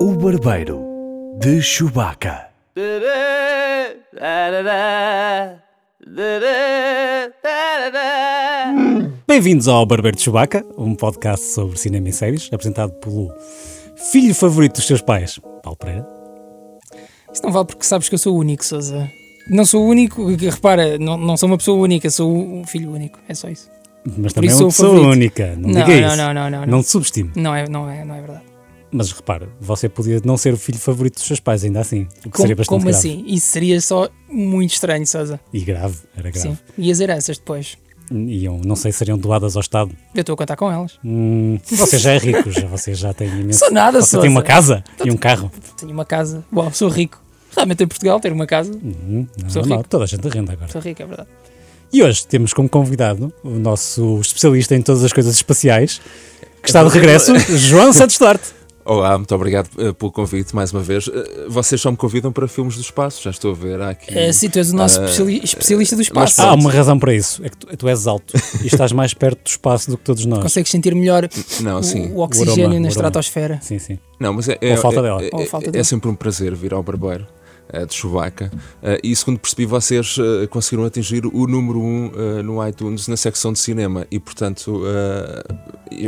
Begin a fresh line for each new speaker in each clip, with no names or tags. O Barbeiro de Chewbacca.
Bem-vindos ao Barbeiro de Chewbacca, um podcast sobre cinema e séries, apresentado pelo filho favorito dos teus pais, Paulo Pereira.
Isso não vale porque sabes que eu sou o único, Sousa. Não sou o único, repara, não, não sou uma pessoa única, sou um filho único, é só isso.
Mas também é
isso
uma
sou o
pessoa
favorito.
única, não,
Não,
diga
não,
isso.
não, não, não,
Não te subestime.
Não é, não é, não é verdade.
Mas repara, você podia não ser o filho favorito dos seus pais, ainda assim. O que
Como,
seria bastante
como
grave.
assim? Isso seria só muito estranho, Sousa.
E grave, era grave.
Sim. E as heranças depois?
Iam, não sei se seriam doadas ao Estado.
Eu estou a contar com elas.
Hum, você já é rico, já, você já tem imenso.
Sou nada,
Você
Sousa.
tem uma casa
Tá
e um carro.
Tenho uma casa. Uau, sou rico. Realmente em Portugal ter uma casa.
Uhum, não,
Sou
não,
rico.
Toda a gente rende agora.
Sou rico, é verdade.
E hoje temos como convidado o nosso especialista em todas as coisas espaciais, que está de regresso, João Santos Duarte.
Olá, muito obrigado eh, pelo convite mais uma vez. Eh, Vocês só me convidam para filmes do espaço, já estou a ver há aqui.
É, sim, tu és o nosso
Ah,
especiali- especialista do
mas
espaço.
Há uma razão para isso, é que tu, tu és alto e estás mais perto do espaço do que todos nós.
Consegues sentir melhor
Não,
o-
sim.
o, oxigênio
aroma, o aroma.
na estratosfera.
Sim, sim.
Não, mas é,
Ou a
é-
falta
é-
dela.
é-
Ou a falta
é
dela.
sempre um prazer vir ao Barbeiro eh, de Chewbacca. Eh, E segundo percebi, vocês eh, conseguiram atingir o número 1 um, eh, no iTunes na secção de cinema e, portanto, eh,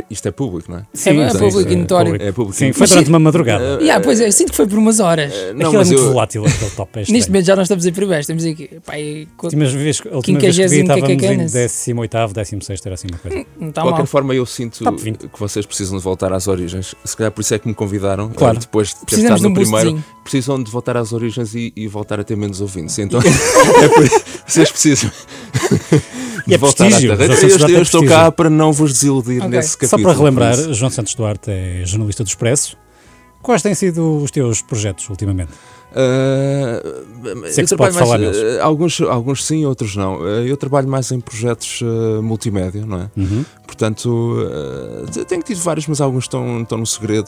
isto é público, não é?
Sim,
é
sim,
público e
sim,
notório.
público.
É público.
Sim, foi
Mas
durante
sim.
uma madrugada.
Yeah, pois é, sinto que foi por umas horas.
Eh,
Aquilo é muito
eu-
volátil, aquele top. É
Neste
estranho.
momento já não estamos em primeiro, estamos aqui. Pá, e co-
Últimas vez- a última vez que vi
50º
estávamos em
cacacanas.
18, 16, era assim uma coisa.
não
De
está
qualquer
mal.
forma, eu sinto
Top 20.
que vocês precisam de voltar às origens. Se calhar por isso é que me convidaram.
Claro.
eh, Depois de ter
Precisamos de
estado
um
no primeiro,
boostzinho.
precisam de voltar às origens e, e voltar a ter menos ouvintes. Então, é por, vocês precisam
E é
de voltar
prestígio.
à terra.
Vocês
Eu,
já têm
eu estou
prestígio.
cá para não vos desiludir
Ok.
nesse
Só
capítulo.
para relembrar,
por isso.
João Santos Duarte é jornalista do Expresso. Quais têm sido os teus projetos ultimamente?
Ah,
Se é que
eu
se
trabalho
pode falar
mais- ah,
neles.
alguns, alguns sim, outros não. Ah, Eu trabalho mais em projetos ah, multimédia, não é?
Uhum.
Portanto, ah, tenho tido vários, mas alguns estão, estão no segredo.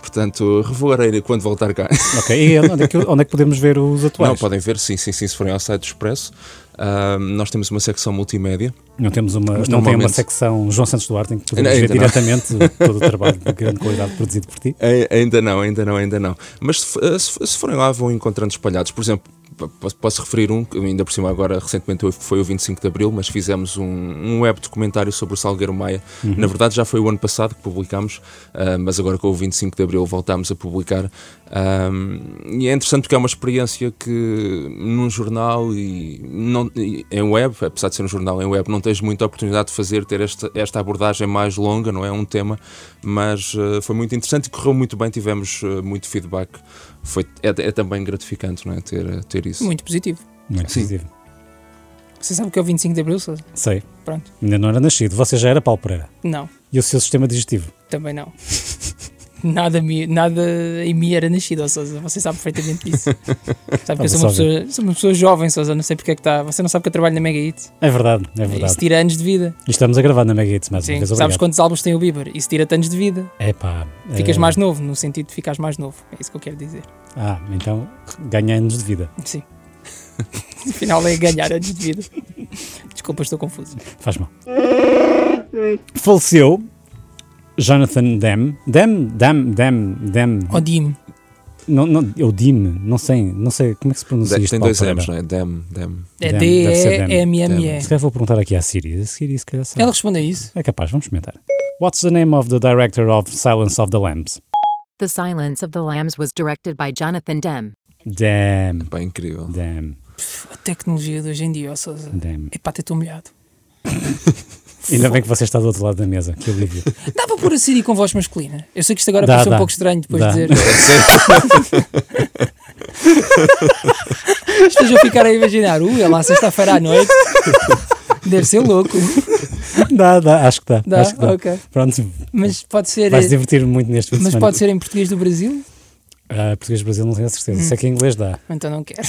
Portanto, revelarei quando voltar cá.
Ok, e onde é, que, onde é que podemos ver os atuais?
Não, podem ver, sim, sim, sim, se forem ao site do Expresso. Ah, nós temos uma secção multimédia.
Não temos uma,
Mas
não tem uma
normalmente-
secção João Santos Duarte em que podemos
Não,
ver
ainda não.
diretamente o- todo o trabalho de grande qualidade produzido por ti.
Ai- Ainda não, ainda não, ainda não. Mas se, f- ah, se f- se forem lá, vão encontrando espalhados. Por exemplo, p- posso, posso referir um, que ainda por cima agora, recentemente foi o 25 de Abril, mas fizemos um, um web documentário sobre o Salgueiro Maia. Na verdade, já foi o ano passado que publicámos, ah, mas agora com o 25 de Abril voltámos a publicar. Ah, e é interessante porque é uma experiência que num jornal e, não, e em web, apesar de ser um jornal em web, não tens muita oportunidade de fazer, ter esta, esta abordagem mais longa, não é um tema, mas eh, foi muito interessante e correu muito bem, tivemos eh, muito feedback. Foi, é, é também gratificante não é? ter, ter isso.
Muito positivo.
Muito
Sim.
positivo.
Você sabe o que é o 25 de Abril, Sousa?
Sei,
Pronto.
ainda não era nascido. Você já era Paulo Pereira.
Não,
E o seu sistema digestivo?
também não. Nada, mi- nada em mim era nascido, ó, Sousa. Você sabe perfeitamente disso. sabe que eu sou
só
uma,
ver.
pessoa, sou uma pessoa jovem, Sousa. Não sei porque é que está. Você não sabe que eu trabalho na Mega Hit.
É verdade, é
Isso
verdade.
tira anos de vida.
E estamos a gravar na Mega Hits mais uma
Sim.
vez.
Sabes
Obrigado.
quantos álbuns tem o Bieber? Isso tira anos de vida.
Epá,
Ficas
eh,
mais novo, no sentido de ficares mais novo. É isso que eu quero dizer.
Ah, então ganha anos de vida.
Sim. Afinal é ganhar anos de vida. Desculpa, estou confuso.
Faz mal. Faleceu Jonathan Demme. Demme, Demme, Demme, Demme.
Odio-me.
Não, não, eu Dime, não sei, não sei como é que se pronuncia
De-
isto.
tem
Paulo
dois
Pereira?
M's, não é? Dem, dem.
É
Dem, deve ser Dem.
D-E-M-M-E.
Se calhar vou perguntar aqui à Siri. A Siri, se calhar sabe.
Ela responde a isso.
É capaz, vamos comentar. What's the name of the director of Silence of the Lambs?
The Silence of the Lambs was directed by Jonathan Demme.
Damn,
Pá, incrível.
damn,
A tecnologia de hoje em dia, ó Sousa.
damn.
É pá, até estou molhado.
Ainda bem que você está do outro lado da mesa, que alívio.
Dá para pôr a Siri com voz masculina. Eu sei que isto agora
Dá,
pareceu
dá.
um pouco estranho depois
Dá.
de dizer. Esteja a ficar a imaginar. Uh, é lá sexta-feira à noite. Deve ser louco.
dá, dá, acho que dá.
Dá?
Acho que dá.
Ok.
Pronto,
Mas pode ser. eh,
vai-se divertir muito neste fim de
Mas
semana.
pode ser em português do Brasil?
Ah, português Brasil, não tenho a certeza. Sei que em inglês dá.
Então não quero.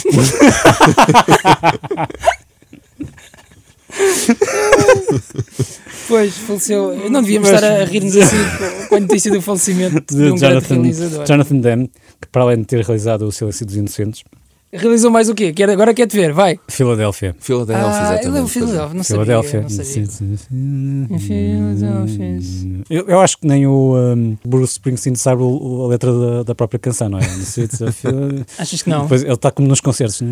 pois, faleceu. Eu Não devíamos
Mas-
estar a rir-nos assim com a notícia do falecimento de um grande realizador.
Jonathan Demme, que para além de ter realizado O Silêncio dos Inocentes,
Realizou mais o quê? Quero, agora quero-te ver, vai.
Filadélfia.
Filadélfia,
ah,
exatamente.
ele é o
pois é.
Philadelphia, não sabia.
Filadélfia.
Não sabia. É um
Hum, Eu, eu acho que nem o hum, Bruce Springsteen sabe o- o- a letra da, da própria canção, não é? Não sei se-
Achas que não? é.
Depois ele está como nos concertos.
é.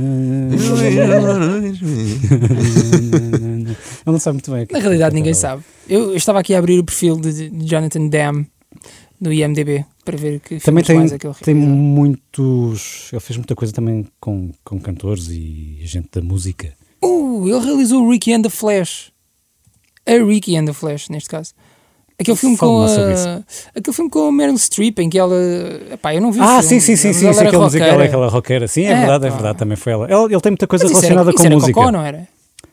ele não sabe muito bem. o que-
Na realidade, ninguém sabe. Eu, eu estava aqui a abrir o perfil de, de Jonathan Dam no IMDb para ver que
Também
filmes
tem,
mais é que ele
tem
realizou.
muitos. Ele fez muita coisa também com, com cantores e gente da música.
Uh, ele realizou o Ricky and the Flash. A Ricky and the Flash, neste caso. Aquele filme com
Fala-me lá
a, aquele filme com a Meryl Streep, em que ela. Epá, eu não vi o
Ah,
filme,
sim, sim, sim,
mas
sim.
ela
Sei
era
que ele dizia que ela é
roqueira.
aquela roqueira. Sim, é,
É,
verdade, é
pá.
verdade. Também foi ela. Ele, ele tem muita coisa
Mas isso era,
relacionada
isso
com
era
música.
Cocó, não era?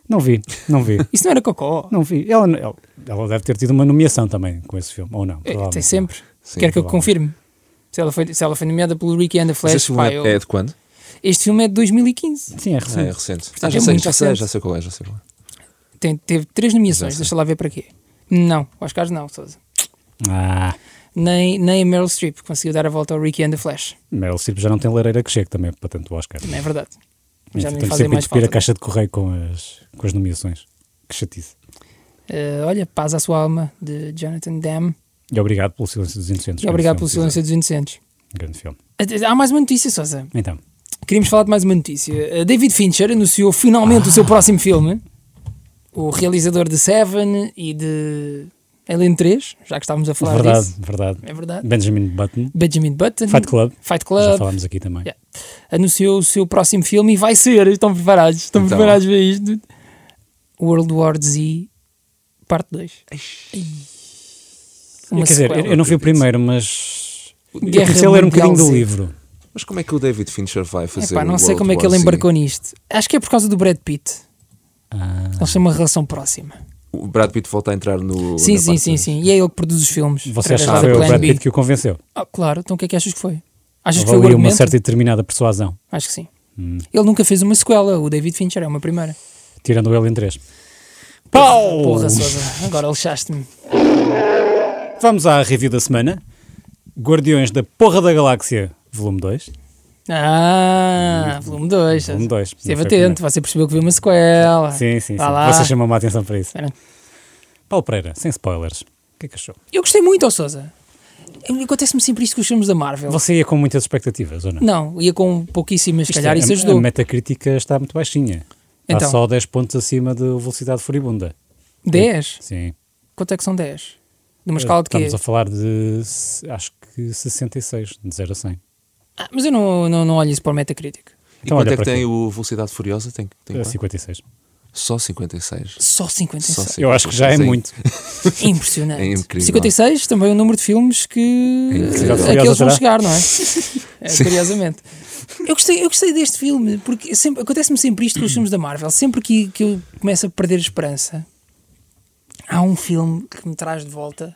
Não vi, não vi.
Isso não era Cocó.
Não vi. Ela, ela, ela deve ter tido uma nomeação também com esse filme, ou não?
É,
provavelmente
tem
não.
sempre.
Sim,
Quero que eu
provavelmente.
confirme. Se ela, foi, se ela foi nomeada pelo Ricky and the
Mas
Flash,
este filme
pá,
é-
eu-
é de quando?
este filme é de 2015.
Sim, é
Ah, é
recente.
recente.
Portanto,
Ah, já,
é
sei,
muito
já, sei,
recente.
já sei qual é, já sei qual é.
Tem- teve três nomeações,
Exato.
deixa lá ver para quê. Não, Oscars não, Sousa.
Ah,
Nem, nem a Meryl Streep conseguiu dar a volta ao Ricky and the Flash.
Meryl Streep já não tem lareira que chegue também, portanto, o Oscar.
Não é verdade.
Então,
Já nem
tenho
fazem
sempre a
mais
entupir
falta.
a caixa de correio com as, com as nomeações. Que chatice.
Eh, olha, paz à sua alma, de Jonathan Dam.
E obrigado pelo Silêncio dos Inocentes.
E
grande
obrigado
filme,
pelo silêncio dos inocentes.
Grande filme.
Eh, Há mais uma notícia, Sousa.
Então,
Queríamos falar de mais uma notícia. Eh, David Fincher anunciou finalmente o
Ah.
seu próximo filme. O realizador de Seven e de Alien 3, já que estávamos a falar
verdade,
disso.
verdade.
É verdade.
Benjamin Button,
Benjamin Button.
Fight Club, já
Fight Club.
falámos aqui também.
Yeah. anunciou o seu próximo filme e vai ser. Estão preparados? Estão
Então.
preparados para isto? World War Z, parte 2.
Quer dizer, eu, eu não vi o primeiro, mas. eu
Guerra
comecei a ler um
Mundial
bocadinho do
Z.
livro.
Mas como é que o David Fincher vai fazer
Epá,
o
não sei
World
como é que
War
ele
Z?
embarcou nisto. Acho que é por causa do Brad Pitt.
Ah,
Eles têm uma relação próxima.
O Brad Pitt volta a entrar no.
sim,
na
sim,
parte-
sim, sim. E é ele que produz os filmes.
você
através
acha que
da
foi o
Plan
Brad
B.
Pitt que o convenceu?
Ah, claro, então o que é que achas que foi? Achas que foi o
Houve ali uma
argumento?
certa e determinada persuasão,
Acho que sim. Ele nunca fez uma sequela, o David Fincher é uma primeira.
tirando ele em três.
Pau! Porra, Sousa, agora lixaste-me.
Vamos à review da semana. Guardiões da Porra da Galáxia, volume 2.
Ah, volume 2.
Volume 2.
Esteve atento, você percebeu que viu uma sequela.
Sim, sim, sim.
Vá lá.
Você chamou-me a atenção para isso.
Espera.
Paulo Pereira, sem spoilers, o que é que achou?
Eu gostei muito, ó Sousa. Acontece-me sempre isto com os filmes da Marvel.
Você ia com muitas expectativas, ou não?
Não, ia com pouquíssimas, se
Isto
calhar
é,
isso
a-
ajudou.
A metacrítica está muito baixinha. Está
Então.
só 10 pontos acima de Velocidade Furibunda.
10?
Sim.
Quanto é que são 10? De uma escala de quê?
Estamos a falar de, se- acho que 66, de 0 a 100.
Ah, mas eu não, não, não olho isso para o Metacritic.
E
Então
quanto
olha
é que
para
tem o Velocidade Furiosa? Tem, tem
É
quanto?
56.
Só 56.
Só 56.
Só
Eu acho que já é
56.
muito.
Impressionante.
É incrível.
56 também é um número de filmes que
É incrível.
aqueles
Curiosa
vão
será?
chegar, não é? É, curiosamente. Eu gostei, eu gostei deste filme, porque sempre, acontece-me sempre isto com os filmes da Marvel. Sempre que, que eu começo a perder esperança, há um filme que me traz de volta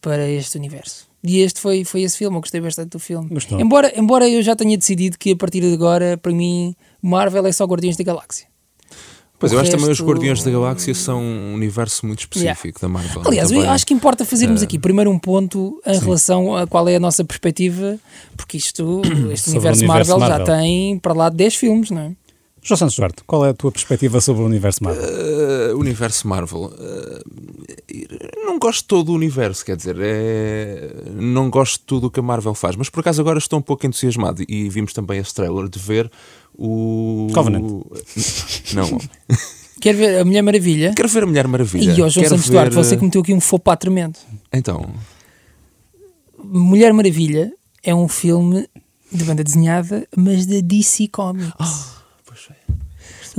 para este universo. E este foi, foi esse filme, eu gostei bastante do filme.
Gostou.
Embora, embora eu já tenha decidido que a partir de agora, para mim, Marvel é só Guardiões da Galáxia.
Pois
O
eu acho também os
resto-
Guardiões da Galáxia são um universo muito específico da Marvel. é?
Aliás, eu
Também-
acho que importa fazermos aqui primeiro um ponto em relação a qual é a nossa perspectiva, porque isto, este
Sobre o
universo,
universo
Marvel, já
Marvel.
tem para lá de 10 filmes, não é?
João Santos Duarte, qual é a tua perspectiva sobre o universo Marvel?
eh, universo Marvel. eh, não gosto de todo o universo, quer dizer, é, não gosto de tudo o que a Marvel faz, mas por acaso agora estou um pouco entusiasmado e vimos também esse trailer de ver o.
Covenant.
Não, homem.
Quero ver a Mulher Maravilha.
quero ver a Mulher Maravilha.
E ó, João
Quero
Santos Duarte,
ver,
você
eh,
cometeu aqui um faux pas tremendo.
Então,
Mulher Maravilha é um filme de banda desenhada, mas da DC Comics.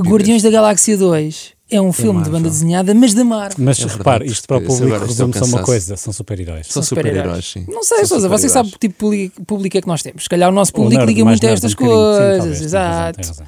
Guardiões da Galáxia 2 é um filme de banda
Marvel.
desenhada, mas da Marvel.
Mas
É verdade,
repare, isto para o
isso
público
agora é um estou
resume-se a uma
cansado.
coisa: são super-heróis.
são super-heróis, sim.
Não sei,
São
Sousa, você
super-heróis.
sabe que tipo de público- público é que nós temos. Se calhar o nosso
O
público
nerd,
liga
mais
muito a
nerd,
estas
um bocadinho, sim,
coisas.
talvez, tem razão,
Exato.
tem razão.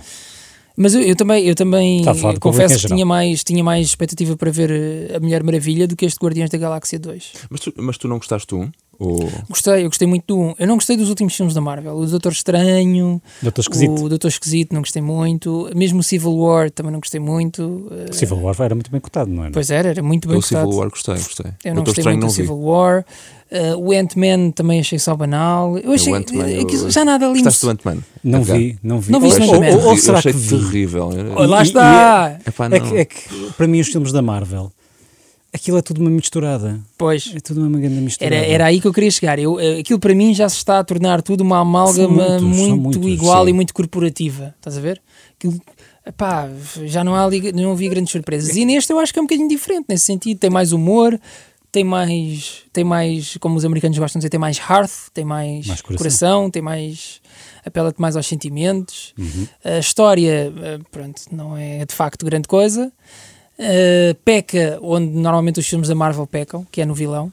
Mas eu, eu também, eu também
Está a falar do público
confesso
em
que
geral.
tinha mais, tinha mais expectativa para ver eh, a Mulher Maravilha do que este Guardiões da Galáxia 2.
Mas tu, mas tu não gostaste do um? Ou...
Gostei, eu gostei muito do 1. Eu não gostei dos últimos filmes da Marvel. O Doutor Estranho,
Doutor Esquisito.
o Doutor Esquisito, não gostei muito. Mesmo o Civil War também não gostei muito. Eh,
O Civil War era muito bem cotado, não é? era?
Pois era, era muito bem
Eu Civil
cotado.
War gostei, gostei.
Eu não
Doutor
gostei
Estranho
muito
não
do
vi.
Civil War. Eh, o Ant-Man também achei só banal. Eu achei
É,
eh,
O Ant-Man, eu-
aquilo- já nada ali. me-
Gostaste do Ant-Man?
Não
Ok.
vi, não vi.
Não viste
ou,
Ant-Man?
ou, ou,
Eu
será
achei
que vi?
terrível.
Oh, lá
E-
está!
Epá,
É
não.
que, é que, para mim os filmes da Marvel, aquilo é tudo uma misturada.
Pois.
É tudo uma grande misturada.
Era, era aí que eu queria chegar. Eu, eh, aquilo para mim já se está a tornar tudo uma
muitos, são
amálgama muito
muitos,
igual
sim.
e muito corporativa. Estás a ver? Aquilo, epá, já não, há, ali- não havia grandes surpresas. E neste eu acho que é um bocadinho diferente nesse sentido. Tem mais humor, tem mais, tem mais como os americanos gostam de dizer, tem mais hearth, tem mais,
Mais coração.
coração. tem mais. apela-te mais aos sentimentos.
Uhum.
A história, eh, pronto, não é de facto grande coisa. Eh, peca onde normalmente os filmes da Marvel pecam, que é no vilão.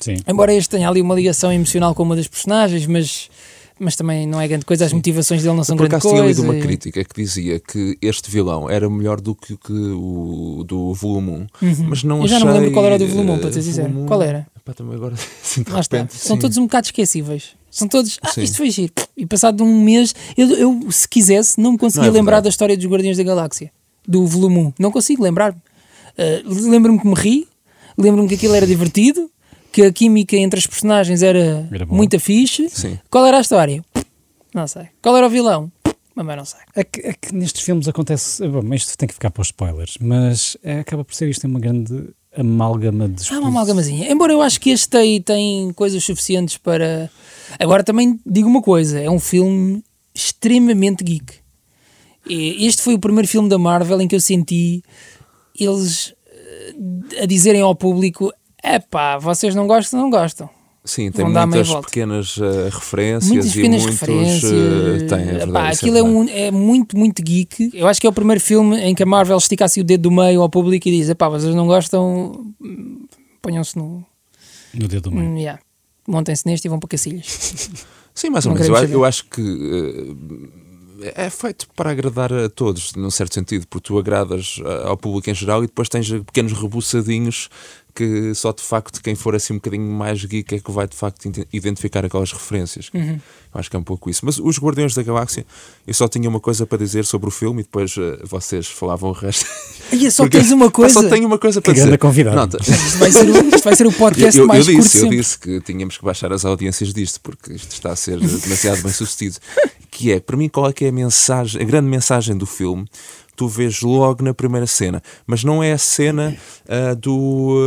Sim.
Embora este tenha ali uma ligação emocional com uma das personagens, mas, mas também não é grande coisa, as motivações dele não são
Por
grande
acaso
coisa.
tinha lido uma
e-
crítica que dizia que este vilão era melhor do que, que o do volume 1, mas não
Uhum. Eu já não me
achei,
lembro qual era o do volume 1,
eh,
para te dizer.
volume 1.
Qual era?
Epá, também agora, assim, de
Lá está.
repente,
São
sim.
todos um bocado esquecíveis. São todos. Ah,
Sim.
isto foi giro. E passado um mês, eu, eu, se quisesse, não me conseguia
Não é
lembrar
verdade.
da história dos Guardiões da Galáxia, do volume 1. Não consigo lembrar-me. Ah, lembro-me que me ri, lembro-me que aquilo era divertido, que a química entre as personagens era,
Era boa.
muito fixe.
Sim.
Qual era a história? Não sei. Qual era o vilão? Mamãe não sei.
É que, é que nestes filmes acontece. Bom, isto tem que ficar para os spoilers, mas é, acaba por ser isto uma grande amálgama de.
Há Ah, uma amalgamazinha. Embora eu acho que este tem, tem coisas suficientes para. Agora também digo uma coisa: é um filme extremamente geek. E Este foi o primeiro filme da Marvel em que eu senti eles eh, a dizerem ao público: epá, vocês não gostam, não gostam.
Sim, tem
Vão dar meia
muitas
volta.
pequenas eh, referências
Muitas
e
pequenas
muitos. eh,
referências.
tem, é
Epá,
verdade, isso
aquilo é,
verdade.
um- é muito, muito geek. Eu acho que é o primeiro filme em que a Marvel estica assim o dedo do meio ao público e diz: epá, vocês não gostam, hum, ponham-se no.
No dedo do meio.
Hum, yeah. Montem-se neste e vão para Cacilhas.
Sim, mais ou
Não
menos. Eu,
queremos
eu acho que eh, é feito para agradar a todos, num certo sentido, porque tu agradas eh, ao público em geral e depois tens pequenos rebuçadinhos que só de facto quem for assim um bocadinho mais geek é que vai de facto inte- identificar aquelas referências.
Uhum.
Eu acho que é um pouco isso. Mas os Guardiões da Galáxia, eu só tinha uma coisa para dizer sobre o filme e depois eh, vocês falavam o resto.
Aí só
Porque- Ah,
tens uma coisa.
Só tenho uma coisa para
grande
dizer.
convidado.
Não, t-
Isto vai ser o, isto vai ser o podcast
eu, eu
mais curto
disse, eu
sempre.
disse que tínhamos que baixar as audiências disto, porque isto está a ser demasiado bem sucedido. Que é, para mim, qual é que é a mensagem, a grande mensagem do filme? Tu vês logo na primeira cena, mas não é a cena ah, do,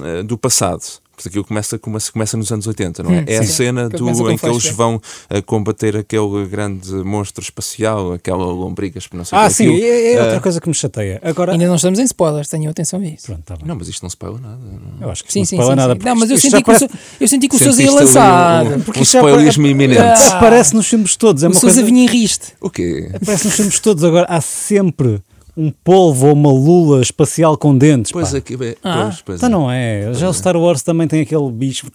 ah, do passado. Porque aquilo começa, começa, começa nos anos 80,
Hum,
não é? é a
sim.
cena do,
Começa com
em que eles
flashback.
vão ah, combater aquele grande monstro espacial, aquela lombriga, não sei o
Ah,
que,
sim,
aquilo.
é, é outra coisa que me chateia. Agora.
Ainda não estamos em spoilers, tenham atenção a isso.
Pronto, tá bem.
Não, mas isto não se paga nada. Não. é?
Eu acho que
Sim,
isto
sim,
não se fala
sim,
nada.
sim.
porque
Não, mas eu
isto já
senti, que o
parece-
Sou- eu senti que o Sousa ia
Sentiste ali
lançar.
um-
porque
um
isto já é pare-
spoilismo iminente.
Ah, Aparece nos filmes todos. É
o
uma
Sousa
coisa, é
vinha em riste.
O quê?
Aparece nos filmes todos. Agora há sempre um polvo ou uma lula espacial com dentes.
Pois
pá.
aqui, é,
Ah,
pois, pois
Então
é.
não é. Já o Star Wars também tem aquele bicho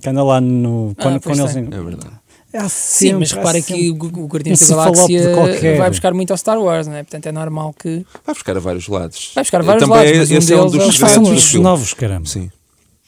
que anda lá no. Quando,
pois
quando
tem.
eles-
É verdade.
Há
Sim,
sempre,
mas
há
repara que
sempre.
o, o Guardiões
Um
da Galáxia
cefalópode qualquer.
vai buscar muito ao Star Wars, não é? Portanto é normal que.
Vai buscar a vários lados.
Vai buscar a vários
Também
lados, mas um
esse é um
deles é o
dos
Mas façam
Star
segredos
Wars.
do
bichos
filme.
novos, caramba.
Sim.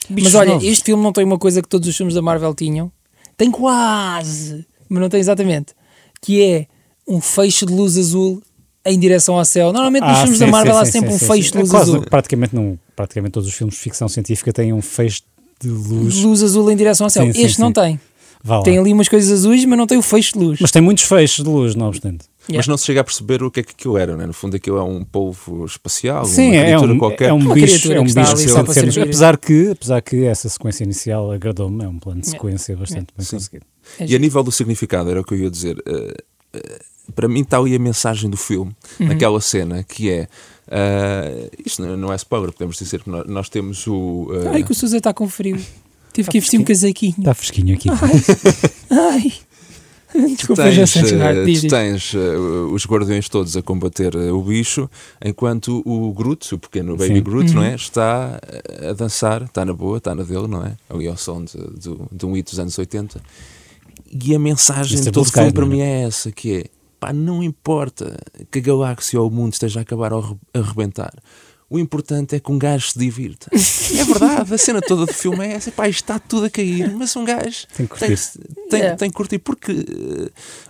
Bichos
mas olha,
novos.
este filme não tem uma coisa que todos os filmes da Marvel tinham. Tem quase, mas não tem exatamente. Que é um feixe de luz azul em direção ao céu. Normalmente nos
Ah,
filmes
sim,
da Marvel
sim,
há
sim,
sempre
sim,
um
sim, sim.
feixe
É
de luz
Quase-
azul.
Praticamente, não, praticamente todos os filmes de ficção científica têm um feixe de luz.
Luz azul em direção ao céu.
Sim, sim,
este não
sim.
tem.
Vá lá.
Tem ali umas coisas azuis, mas não tem o feixe de luz.
Mas tem muitos feixes de luz, não obstante.
Mas
Yeah.
não se chega a perceber o que é que aquilo era, né? No fundo, aquilo é um polvo espacial,
Sim,
uma
é
criatura
um,
qualquer.
é um
Uma
bicho,
criatura
é um
que está
bicho
ali
que
só
precisa de
para
sermos.
servir.
Apesar que, apesar que essa sequência inicial agradou-me, é um plano de sequência bastante bem conseguido.
É
E a nível do significado, era o que eu ia dizer. eh, eh, para mim está ali a mensagem do filme,
Uhum.
naquela cena, que é. eh, isto não não é spoiler, podemos dizer que nós, nós temos o. eh,
Ai, que o Sousa está com frio. Tive que vestir um casaquinho.
Está fresquinho aqui.
Ah, Ai.
Tu
Desculpa, já
tens,
sei chegar.
eh,
Diz,
tu
diz.
tens, eh, os guardiões todos a combater eh, o bicho, enquanto o Groot, o pequeno baby
Sim. Uhum.
Groot, não é? está eh, a dançar, está na boa, está na dele, não é? Ali ao som de, do- de um hit dos anos 80. E a mensagem
Mr.
de todo o
Blue
filme
Sky,
para
não é?
mim é essa, que é, pá, não importa que a galáxia ou o mundo esteja a acabar ou a re- a arrebentar, O importante é que um gajo se divirta. é verdade, a cena toda do filme é essa. Pá, isto está tudo a cair, mas um gajo
Tem que curtir.
se- tem,
É.
tem que curtir porque eh,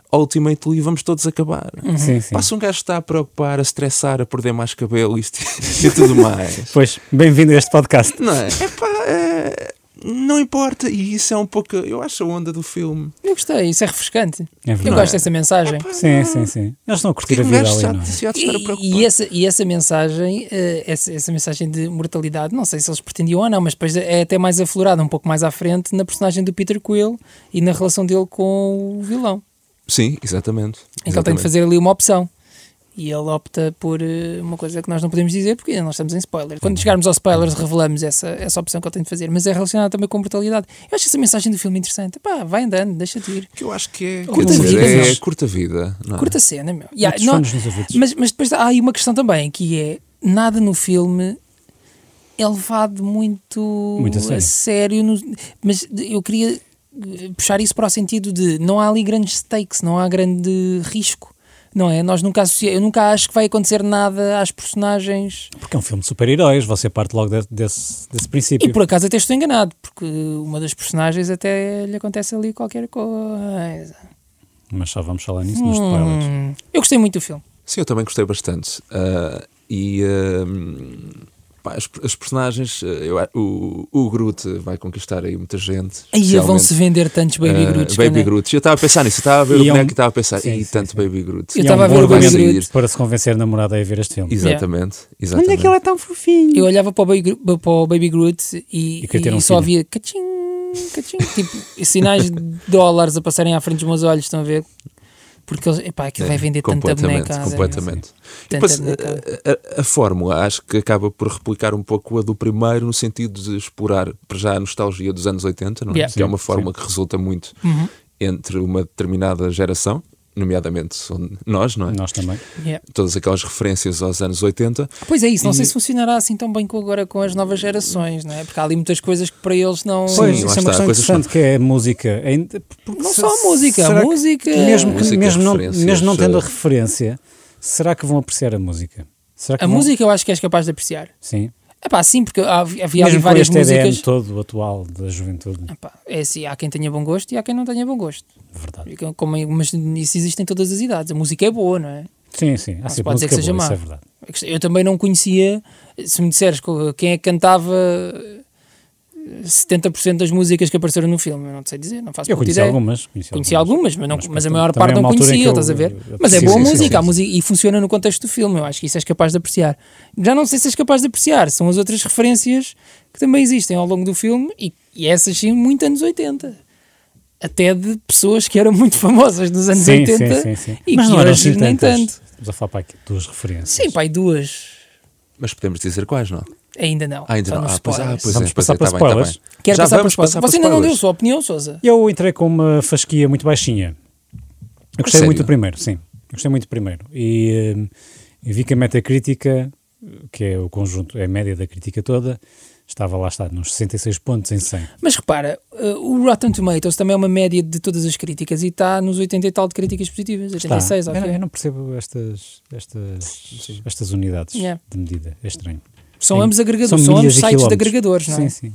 ultimately vamos todos acabar.
é?
Sim, Hum, sim.
Passa um gajo que está a preocupar, a estressar, a perder mais cabelo isto, e tudo mais.
Pois, bem-vindo a este podcast.
não é? Epá, eh, não importa. E isso é um pouco, eu acho, a onda do filme.
Eu gostei, isso é refrescante.
É verdade.
eu gosto dessa mensagem.
Sim, sim, sim. Eles estão a curtir
Porque
a
um
vida
gajo
ali,
já,
não é?
já te
E,
estar a preocupar.
e essa, e essa mensagem, eh, essa, essa mensagem de mortalidade, não sei se eles pretendiam ou não, mas depois é até mais aflorada, um pouco mais à frente, na personagem do Peter Quill e na relação dele com o vilão.
Sim, exatamente.
Em que ele Então tem de
Exatamente.
fazer ali uma opção. E ele opta por eh, uma coisa que nós não podemos dizer porque ainda não estamos em spoilers. Quando chegarmos aos spoilers, revelamos essa, essa opção que ele tem de fazer, mas é relacionada também com mortalidade. Eu acho essa mensagem do filme interessante. Pá, vai andando, deixa-te ir.
Que eu acho que é.
Curta
quer dizer,
vida,
é
mas-
curta vida. não é?
Curta cena, meu. Yeah,
Muitos
não-
Ah. fones nos ouvidos.
mas, mas depois há aí uma questão também, que é nada no filme é levado muito,
Muito a sério.
no- mas de- eu queria eh, puxar isso para o sentido de não há ali grandes stakes, não há grande risco. Não é? Nós nunca associa, eu nunca acho que vai acontecer nada às personagens.
Porque é um filme de super-heróis, você parte logo de- desse, desse princípio.
E por acaso até estou enganado, porque uma das personagens até lhe acontece ali qualquer coisa.
Mas só vamos falar nisso nos spoilers. é um
Hum, eu gostei muito do filme.
Sim, eu também gostei bastante. Ah, e ah, pá, as, as personagens, ah, eu a- o, o Groot vai conquistar aí muita gente.
Aí
especialmente,
vão-se vender tantos
eh,
Baby
ah,
Groots. quando
Baby
é?
Groots. Eu estava a pensar nisso, eu estava a ver
E
o
é um-
boneco e estava a pensar,
Sim,
e
sim,
tanto
sim.
Baby Groot.
Eu
E é
estava a
um bom
ver o Baby
argumento
Groot.
para se convencer a namorada a ir ver este filme.
Exatamente, exatamente.
é
tá?
tão fofinho?
Eu olhava para o Baby, Gro- para o Baby Groot e,
E queria ter
e
um
só
filho.
havia cachim, cachim, tipo sinais de dólares a passarem à frente dos meus olhos, estão a ver? Porque eles, epá, aquilo
É,
vai vender tanta
completamente,
boneca.
completamente.
Tanta
Pois,
eh,
boneca.
a, a- a fórmula acho que acaba por replicar um pouco a do primeiro no sentido de explorar para já a nostalgia dos anos 80, não é?
Yeah. Uhum.
que é uma
Sim,
fórmula que resulta muito entre uma determinada geração, nomeadamente onde- nós, não é?
Nós também.
Yeah.
Todas aquelas referências aos anos 80.
Pois é isso, não sei se funcionará assim tão bem com agora com as novas gerações, não é? Porque há ali muitas coisas que para eles não.
Sim,
Pois,
lá
isso é
está,
uma questão
coisas
interessante, que é a música. Ainda- porque
Não
se-
só a música,
será
a
que-
música.
mesmo, que-
Música,
mesmo, não,
referências,
mesmo não tendo a
eh,
referência, será que vão apreciar a música? Será que
A
vão-
música eu acho que és capaz de apreciar.
Sim.
Epá, sim, porque havia, havia ali
Mesmo com
várias
este EDM
músicas.
todo atual da juventude.
Epá, é assim, há quem tenha bom gosto e há quem não tenha bom gosto.
Verdade.
Como, em- mas isso existe em todas as idades. A música é boa, não é?
Sim, sim. Há
se
sempre
pode dizer
música
que seja
boa,
má.
isso é verdade.
Eu também não conhecia, se me disseres co- quem é que cantava eh, 70% das músicas que apareceram no filme, eu não te sei dizer, não faço
Eu
puta
conheci
ideia.
algumas. Conheci,
Conheci algumas, mas, não, mas, a
portanto,
maior
também
parte
é uma
não
altura em que
conhecia,
eu-
estás a ver?
eu- eu-
Mas é
sim,
boa
sim, sim,
música,
sim,
há
sim.
música e funciona no contexto do filme, eu acho que isso és capaz de apreciar. Já não sei se és capaz de apreciar, são as outras referências que também existem ao longo do filme e, e essas sim, muito anos 80. Até de pessoas que eram muito famosas nos anos
Sim,
80
sim, sim, sim.
e
Mas
que
não eram
hoje
assim
nem
tantas.
tanto.
Estamos a falar para aqui de duas referências.
Sim, pai, duas.
Mas podemos dizer quais, não? é?
Ainda não.
Ah, ainda
Só
não.
nos
Ah, pois, ah,
spoilers.
pois
Vamos
é, pois
passar
é,
para
tá bem, tá
spoilers?
bem.
Quero
Já
passar para
vamos
os spoilers.
para
Você ainda não deu a
spoilers.
sua opinião, Sousa?
Eu entrei com uma fasquia muito baixinha. Eu gostei
sério?
muito do primeiro, sim. Eu gostei muito do primeiro. E hum, eu vi que a Metacritica, que é o conjunto, é a média da crítica toda, estava lá, está nos 66 pontos em 100.
Mas repara, eh, o Rotten Tomatoes também é uma média de todas as críticas e está nos 80 e tal de críticas positivas,
Está.
86,
Tá. eu,
ok?
não- eu não percebo estas, estas, estas unidades
Yeah.
de medida. É estranho.
São
Tem-
ambos agregadores, são,
milhas
ambos
e
sites de
quilómetros.
agregadores, não é?
Sim, sim.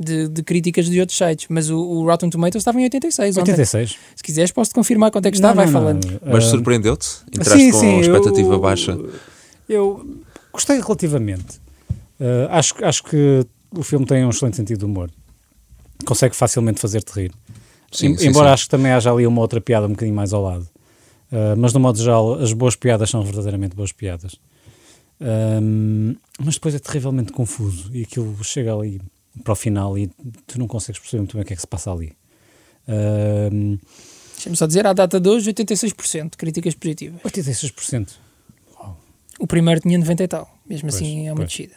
De, de críticas de outros sites. Mas o, o Rotten Tomatoes estava em 86, ontem.
86.
Se quiseres, posso-te confirmar quanto é que está,
Não,
vai
não, não.
falando.
Mas
Ah,
surpreendeu-te? Entraste
sim,
com
sim,
expectativa
eu-
baixa?
Eu gostei relativamente. Uh, acho, acho que o filme tem um excelente sentido de humor. Consegue facilmente fazer-te rir.
Sim,
Em-
sim,
Embora
sim.
acho que também haja ali uma outra piada um bocadinho mais ao lado. Uh, mas, no modo geral, as boas piadas são verdadeiramente boas piadas. Um, mas depois é terrivelmente confuso e aquilo chega ali para o final e tu não consegues perceber muito bem o que é que se passa ali. Um,
Deixa-me só dizer, à data de hoje, 86% de críticas positivas.
86%.
O primeiro tinha 90 e tal. Mesmo
Pois,
assim, é uma
pois.
descida.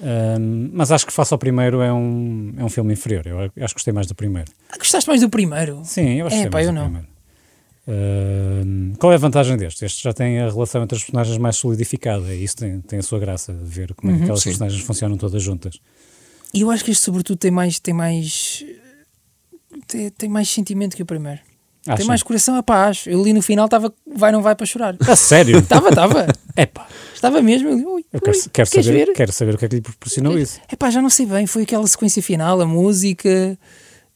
Um, mas acho que face ao primeiro é um, é um filme inferior. Eu acho que gostei mais do primeiro.
Ah, gostaste mais do primeiro?
Sim, eu acho
É,
que
pá,
mais
eu
o
não.
primeiro. Ahm, qual é a vantagem deste? Este já tem a relação entre as personagens mais solidificada e isso tem, tem a sua graça, ver como é
Uhum,
que aquelas
Sim.
personagens funcionam todas juntas.
E eu acho que este, sobretudo, tem mais. Tem mais, tem, tem mais sentimento que o primeiro.
Acham?
Tem mais coração a paz. Eu li no final, estava vai não vai para chorar.
A sério?
Estava, estava.
Epá,
Estava mesmo. Eu, li, ui,
eu quero,
Tá ui,
quero
queres
saber,
ver?
quero saber o que é que lhe proporcionou isso.
É pá, já não sei bem. Foi aquela sequência final, a música.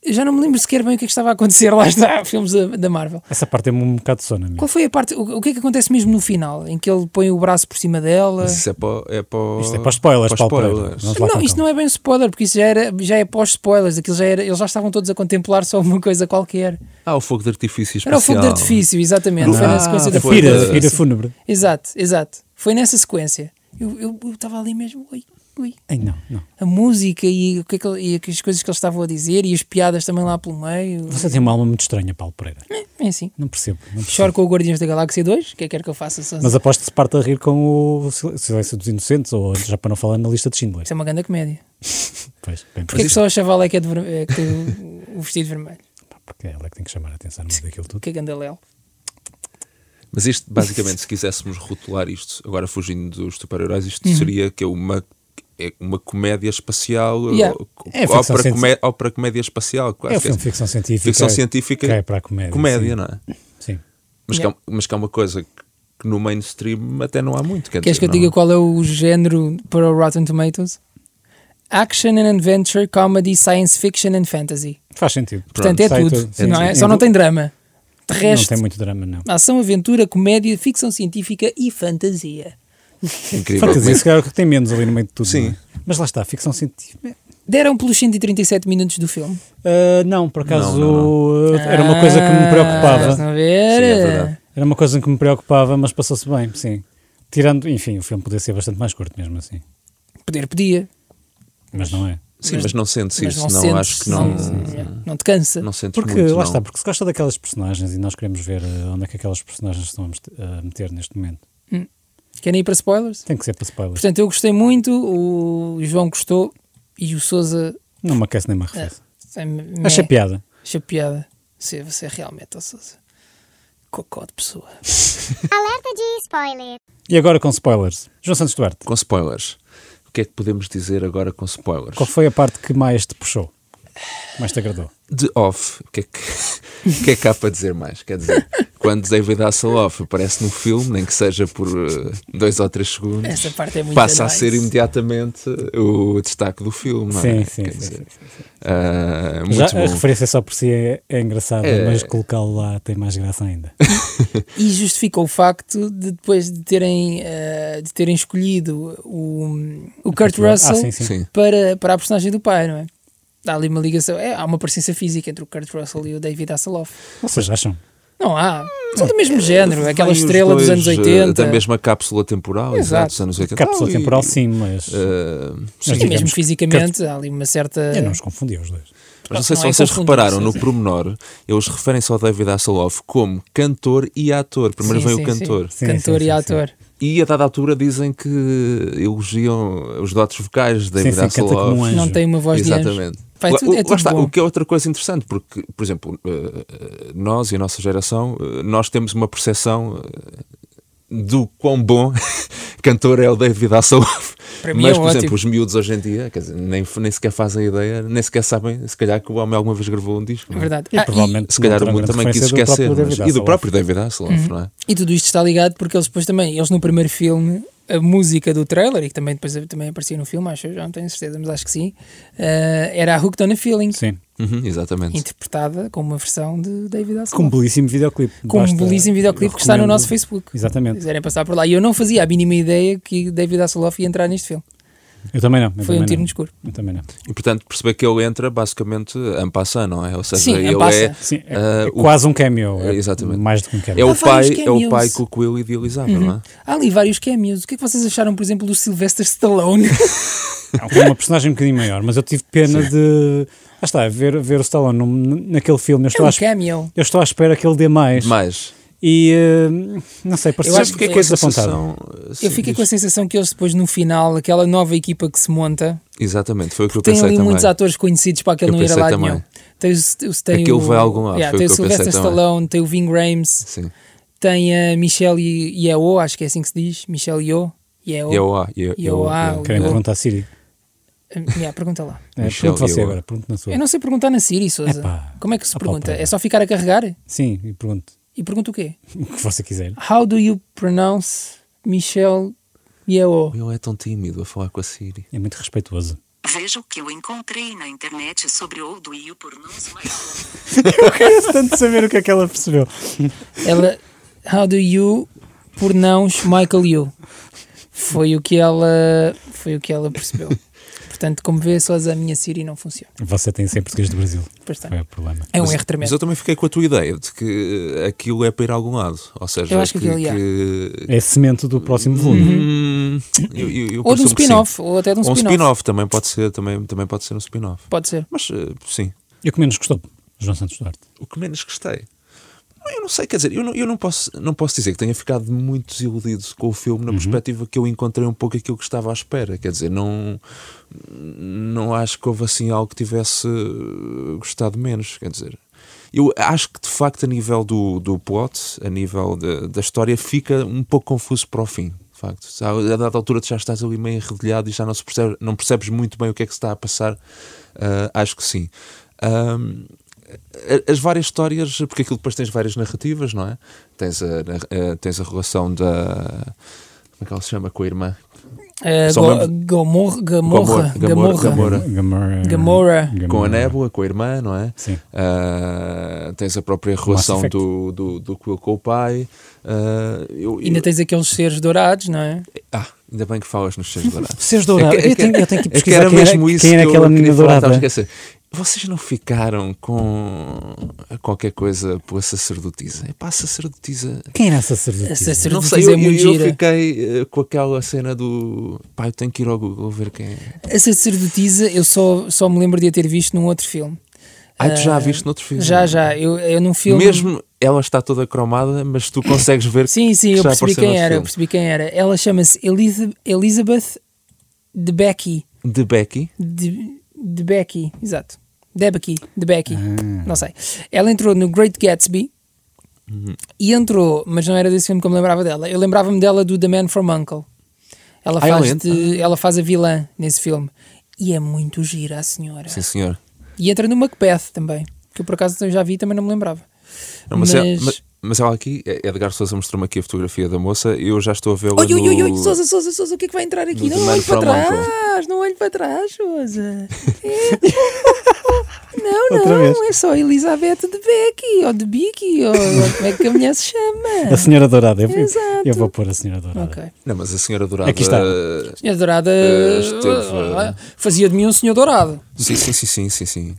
Eu Já não me lembro sequer bem o que é que estava a acontecer. Lá está, filmes da, da Marvel.
Essa parte é-me um bocado de sono, amigo.
Qual foi a parte? O, o que é que acontece mesmo no final? Em que ele põe o braço por cima dela?
Mas Isso é para, é para,
Isto é para os spoilers,
para
para
os
Paulo Pereira.
spoilers.
Vamos lá então.
Não,
com
isto
calma.
não é bem spoiler, porque isso já, era, já é pós-spoilers. Aquilo já era, eles já estavam todos a contemplar só uma coisa qualquer.
Ah, o fogo de artifício espacial.
Era o fogo de artifício, exatamente. Foi na sequência da
A
foi
pira,
de-
a pira fúnebre.
Exato, exato. Foi nessa sequência. Eu eu- eu estava ali mesmo, ui, ui.
Ai, não, não.
A música e, o que é que ele- e as coisas que eles estavam a dizer e as piadas também lá pelo meio.
Você tem uma alma muito estranha, Paulo Pereira.
É assim.
Não percebo. Não percebo.
Choro com o Guardiões da Galáxia 2, o que é que quer que eu faça? Só-
Mas aposto que se parte a rir com o Sil- Silêncio dos Inocentes, ou já para não falar na lista de Schindler.
Isso é uma grande comédia.
Pois, bem por
Porquê é que
isso.
só a chavala é que, é de ver- é que tem o, o vestido vermelho?
Pá, Porque ela é que tem que chamar a atenção no meio daquilo tudo.
Que é Gandaléu.
Mas isto, basicamente, se quiséssemos rotular isto, agora fugindo dos super-heróis, isto
Uhum.
seria que é uma, é uma comédia espacial,
Yeah.
ou-
É
ou-
ficção
ópera,
científica.
comé- ópera comédia espacial, quase.
É o
que
filme de ficção científica.
Ficção científica
Cai para a comédia.
comédia,
sim.
não é?
Sim.
Mas,
Yeah.
que é, mas que é uma coisa que no mainstream até não há muito. Quer
Queres
dizer,
que eu
não-
diga qual é o género para o Rotten Tomatoes? Action and Adventure, Comedy, Science Fiction and Fantasy.
Faz sentido.
Portanto, é
Sai
tudo.
sim,
não é?
sim.
Só não tem drama. De
Não
resto,
tem muito drama, não.
ação, aventura, comédia, ficção científica e fantasia.
Incrível.
Fantasia, se calhar, é o que tem menos ali no meio de tudo.
Sim.
não é? Mas lá está, ficção científica.
Deram pelos 137 minutos do filme.
Ah, não, por acaso
Não,
ah, era uma coisa que me
Ah, estás
preocupava.
a
Sim,
ver?
é verdade.
Era uma coisa que me preocupava, mas passou-se bem, sim. Tirando, enfim, o filme podia ser bastante mais curto mesmo assim.
Poder podia,
Mas não é.
Sim, mas, não sentes
mas
isso,
não
não,
sentes.
acho que não,
não te cansa.
não sentes
Porque,
muito.
lá
não.
está, porque se gosta daquelas personagens e nós queremos ver ah, onde é que aquelas personagens estão a mest- a meter neste momento.
Querem ir para spoilers?
Tem que ser para spoilers.
Portanto, eu gostei muito, o João gostou e o ah, é Souza.
não me aquece nem me arrefece.
Acha
é.
Acha piada.
piada. Você, você é realmente, ó Souza. Cocó de pessoa.
Alerta de spoiler.
E agora com spoilers. João Santos Duarte,
Com spoilers. O que é que podemos dizer agora com spoilers?
qual foi a parte que mais te puxou? Mais te agradou?
de off, o que é que, o que, é que há para dizer mais? Quer dizer, quando David Hasselhoff aparece no filme, nem que seja por eh, dois ou três segundos,
Essa parte é muito
passa a
nice.
ser imediatamente o destaque do filme. não
Sim,
é?
sim,
Quer
sim,
dizer,
sim,
ah, muito
Já, a
bom.
referência só por si é, é engraçada,
É.
mas colocá-lo lá tem mais graça ainda.
E justifica o facto de depois de terem, eh, de terem escolhido o, o Kurt Russell
Ah, sim, sim.
Sim.
Para, para a personagem do pai, não é? Há ali uma ligação. É, há uma presença física entre o Kurt Russell e o David Hasselhoff.
Vocês acham?
Não há. São do
Hum,
mesmo género. Aquela
Vêm os
estrela dos
dois,
anos
eh,
80.
Da mesma cápsula temporal, exato,
Exato.
dos anos 80.
Cápsula
Ah, e-
temporal, sim, mas.
eh, sim,
Mas
E mesmo
digamos que-
fisicamente, há ali uma certa.
eu não os confundi os dois.
Mas não sei
Não
se
é
vocês
confundir,
repararam, no
sim.
promenor, eles referem-se ao David Hasselhoff como cantor e ator. Primeiro
Sim,
vem
sim,
o cantor.
Sim,
sim. cantor
sim,
e
sim,
ator.
E a dada altura dizem que elogiam os dotes vocais de
Sim,
David
sim, canta
Hasselhoff.
como um anjo.
Não tem uma voz de anjo.
Exatamente.
Pá, é
Lá-
tudo- é
lá
tudo
está,
bom.
o que é outra coisa interessante, porque, por exemplo, eh, eh, nós e a nossa geração, eh, nós temos uma percepção eh, do quão bom cantor é o David Hasselhoff.
Para mim é
Mas, por
ótimo.
exemplo, os miúdos hoje em dia, quer dizer, nem, nem sequer fazem ideia, nem sequer sabem, se calhar que o homem alguma vez gravou um disco. não é?
Verdade.
E
Ah,
provavelmente
Se calhar o
não terá
mundo também
grande
quis
referência
esquecer.
do próprio
mas-
David
e do próprio
Hasselhoff.
David Hasselhoff,
Uhum.
não é?
E tudo isto está ligado porque eles depois também, eles no primeiro filme, a música do trailer, e que também depois também aparecia no filme, acho, eu já não tenho certeza, mas acho que sim, eh, era a Hooked on a Feeling,
Sim,
Uhum, exatamente.
interpretada com uma versão de David
com um
Hasselhoff.
belíssimo videoclipe.
Com um
Basta-
belíssimo videoclipe que está no
recomendo-
nosso Facebook. Se
Exatamente.
quiserem passar por lá. E eu não fazia a mínima ideia que David Hasselhoff ia entrar neste filme.
Eu também não. eu
Foi um
também
tiro
não.
no escuro.
Eu também não.
E portanto perceber que ele entra basicamente en passant, não é? Ou seja,
Sim, en
ele
passant.
é,
Sim, é,
Ah,
é
o-
quase um cameo. É
Exatamente.
Mais do que um cameo.
é
Há
o
vários
pai, é o
cameos.
pai que o Quill idealizava,
Uhum.
não é?
Há ali vários cameos. O que é que vocês acharam, por exemplo, do Sylvester Stallone?
Foi uma personagem um bocadinho maior, mas eu tive pena de. Ah, está, ver, ver o Stallone num- naquele filme. Eu
É
estou, à,
um
es-
cameo.
eu estou à espera que ele dê mais.
Mas
E eh, não sei, parece
acho
que
que
é com a
coisa apontada.
sensação.
Eu fiquei com a sensação que eles depois, no final, aquela nova equipa que se monta,
Exatamente, foi o que eu
tem
pensei
ali
também.
muitos atores conhecidos para aquele
Eu
não ir a
pensei
lado
também.
nenhum. Tem, o- o- tem
Aquilo
o,
vai a algum lado,
Yeah,
foi o
tem
que eu
Sylvester
pensei também.
Stallone, tem o Ving Rhames,
Sim.
tem a Michelle Yeoh, acho que é assim que se diz, Michelle Yeoh, Yeoh,
E é o A. E é- e é o
Yeoh,
A.
Yeoh.
Querem perguntar a Siri.
Um, Yeah, pergunta lá.
É,
Michelle
pergunte você
Yeoh.
agora, pergunte na sua.
Eu não sei perguntar na Siri, Souza.
Epá.
Como é que se
Opa,
pergunta?
pera.
É só ficar a carregar?
Sim, e pergunte
E pergunta o quê?
o que você quiser.
How do you pronounce Michelle Yeoh?
Ele é tão tímido a falar com a Siri.
É muito respeitoso.
Veja o que eu encontrei na internet sobre Old Will por não mais
Eu quero tanto saber o que é que ela percebeu.
Ela, how do you pronounce Michael Yu? Foi o que ela, foi o que ela percebeu. Portanto, como vê, só a minha Siri não funciona.
Você tem sempre português do Brasil.
Pois está.
Não é o problema.
É um erro
Mas- Mas
tremendo.
eu também fiquei com a tua ideia de que eh, aquilo é para ir a algum lado. Ou seja,
Eu acho que aquilo, yeah. Uhum.
que-
É cimento do próximo volume.
Hum, eu- eu- eu
Ou de um
presumo que sim.
spin-off, ou até de um,
Ou um
spin-off.
spin-off também pode ser, também, também pode ser um spin-off.
Pode ser.
Mas eh, sim,
E o que menos gostou? João Santos Duarte.
o que menos gostei. Eu não sei, quer dizer, eu não, eu não, posso, não posso dizer que tenha ficado muito desiludido com o filme na perspectiva que eu encontrei um pouco aquilo que estava à espera. Quer dizer, não, não acho que houve assim algo que tivesse eh, gostado menos. Quer dizer, eu acho que de facto, a nível do, do plot, a nível da- da história, fica um pouco confuso para o fim. De facto, Já- a dada altura tu já estás ali meio arredelhado e já não, se percebe, não percebes muito bem o que é que se está a passar. Ah, acho que sim. Um, Ahm, a- as várias histórias, porque aquilo depois tens várias narrativas, não é? Tens a, na- a- tens a relação da. Como é que ela se chama? Com a irmã?
Eh,
Só
Go-
lembro-
Gamorra, Gamorra,
Gamor- Gamor-
Gamorra.
Gamor- Gamora.
Gamora.
Gamora.
Com a Nébula, com a irmã, não é?
Sim.
Ah, tens a própria relação
Effect.
do, do, do Quill com o pai. Ah, eu-
Ainda
eu-
tens aqueles seres dourados, não é?
Ah, ainda bem que falas nos seus dourados.
Seres dourados.
É que- é
eu,
que-
tenho, eu tenho que
É que
pesquisar
era
quem era,
mesmo isso
quem era
que eu
aquela
queria
menina
falar, estava a
dourada.
esquecer. Vocês não ficaram com qualquer coisa pela sacerdotisa? É pá, a sacerdotisa.
Quem era a
A
sacerdotisa?
sacerdotisa
Não sei, eu,
é
eu-
muito
eu
gira.
fiquei eh, com aquela cena do pá, eu tenho que ir ao Google ver quem é.
A sacerdotisa eu só, só me lembro de a ter visto num outro filme.
Ah, tu já
Ah,
a viste noutro filme?
Já, já. Eu, eu num filme.
Mesmo ela está toda cromada, mas tu consegues ver
Sim, sim,
que
eu
já
percebi
apareceu
quem
noutro
era, eu
filme.
percebi quem era. Ela chama-se Eliza- Elizabeth de Becky.
De Becky.
De, de Becky, exato. Debeki, de Becky,
Ah.
não sei. Ela entrou no Great Gatsby
Uhum.
e entrou, mas não era desse filme que eu me lembrava dela. Eu lembrava-me dela do The Man from Uncle. Ela
Ah, ela
faz,
entra?
de- ela faz a vilã nesse filme. E é muito gira a senhora.
Sim, senhor.
E entra no Macbeth também, que eu por acaso eu já vi e também não me lembrava.
Não, mas, é-
Mas-
mas- mas ela aqui, é, Edgar Souza mostrou-me aqui a fotografia da moça e eu já estou a vê-la.
Oi, oi, oi, oi,
no-
Souza, Souza, Souza, o que é que vai entrar aqui?
do
Não
Man
olhe para
from Uncle.
trás, não olhe para trás, Souza. É. Não,
Outra
não,
vez.
é só Elizabeth de Becky, ou de Bicky, ou como é que a mulher se chama.
A senhora dourada. Eu, eu-
Exato.
eu vou pôr a senhora dourada.
Ok.
Não, mas a senhora Eh, dourada.
Aqui está.
Senhora Dourada
Eh,
esteve-
ah, fazia de mim um senhor dourado.
Sim, sim, sim, sim, sim, sim.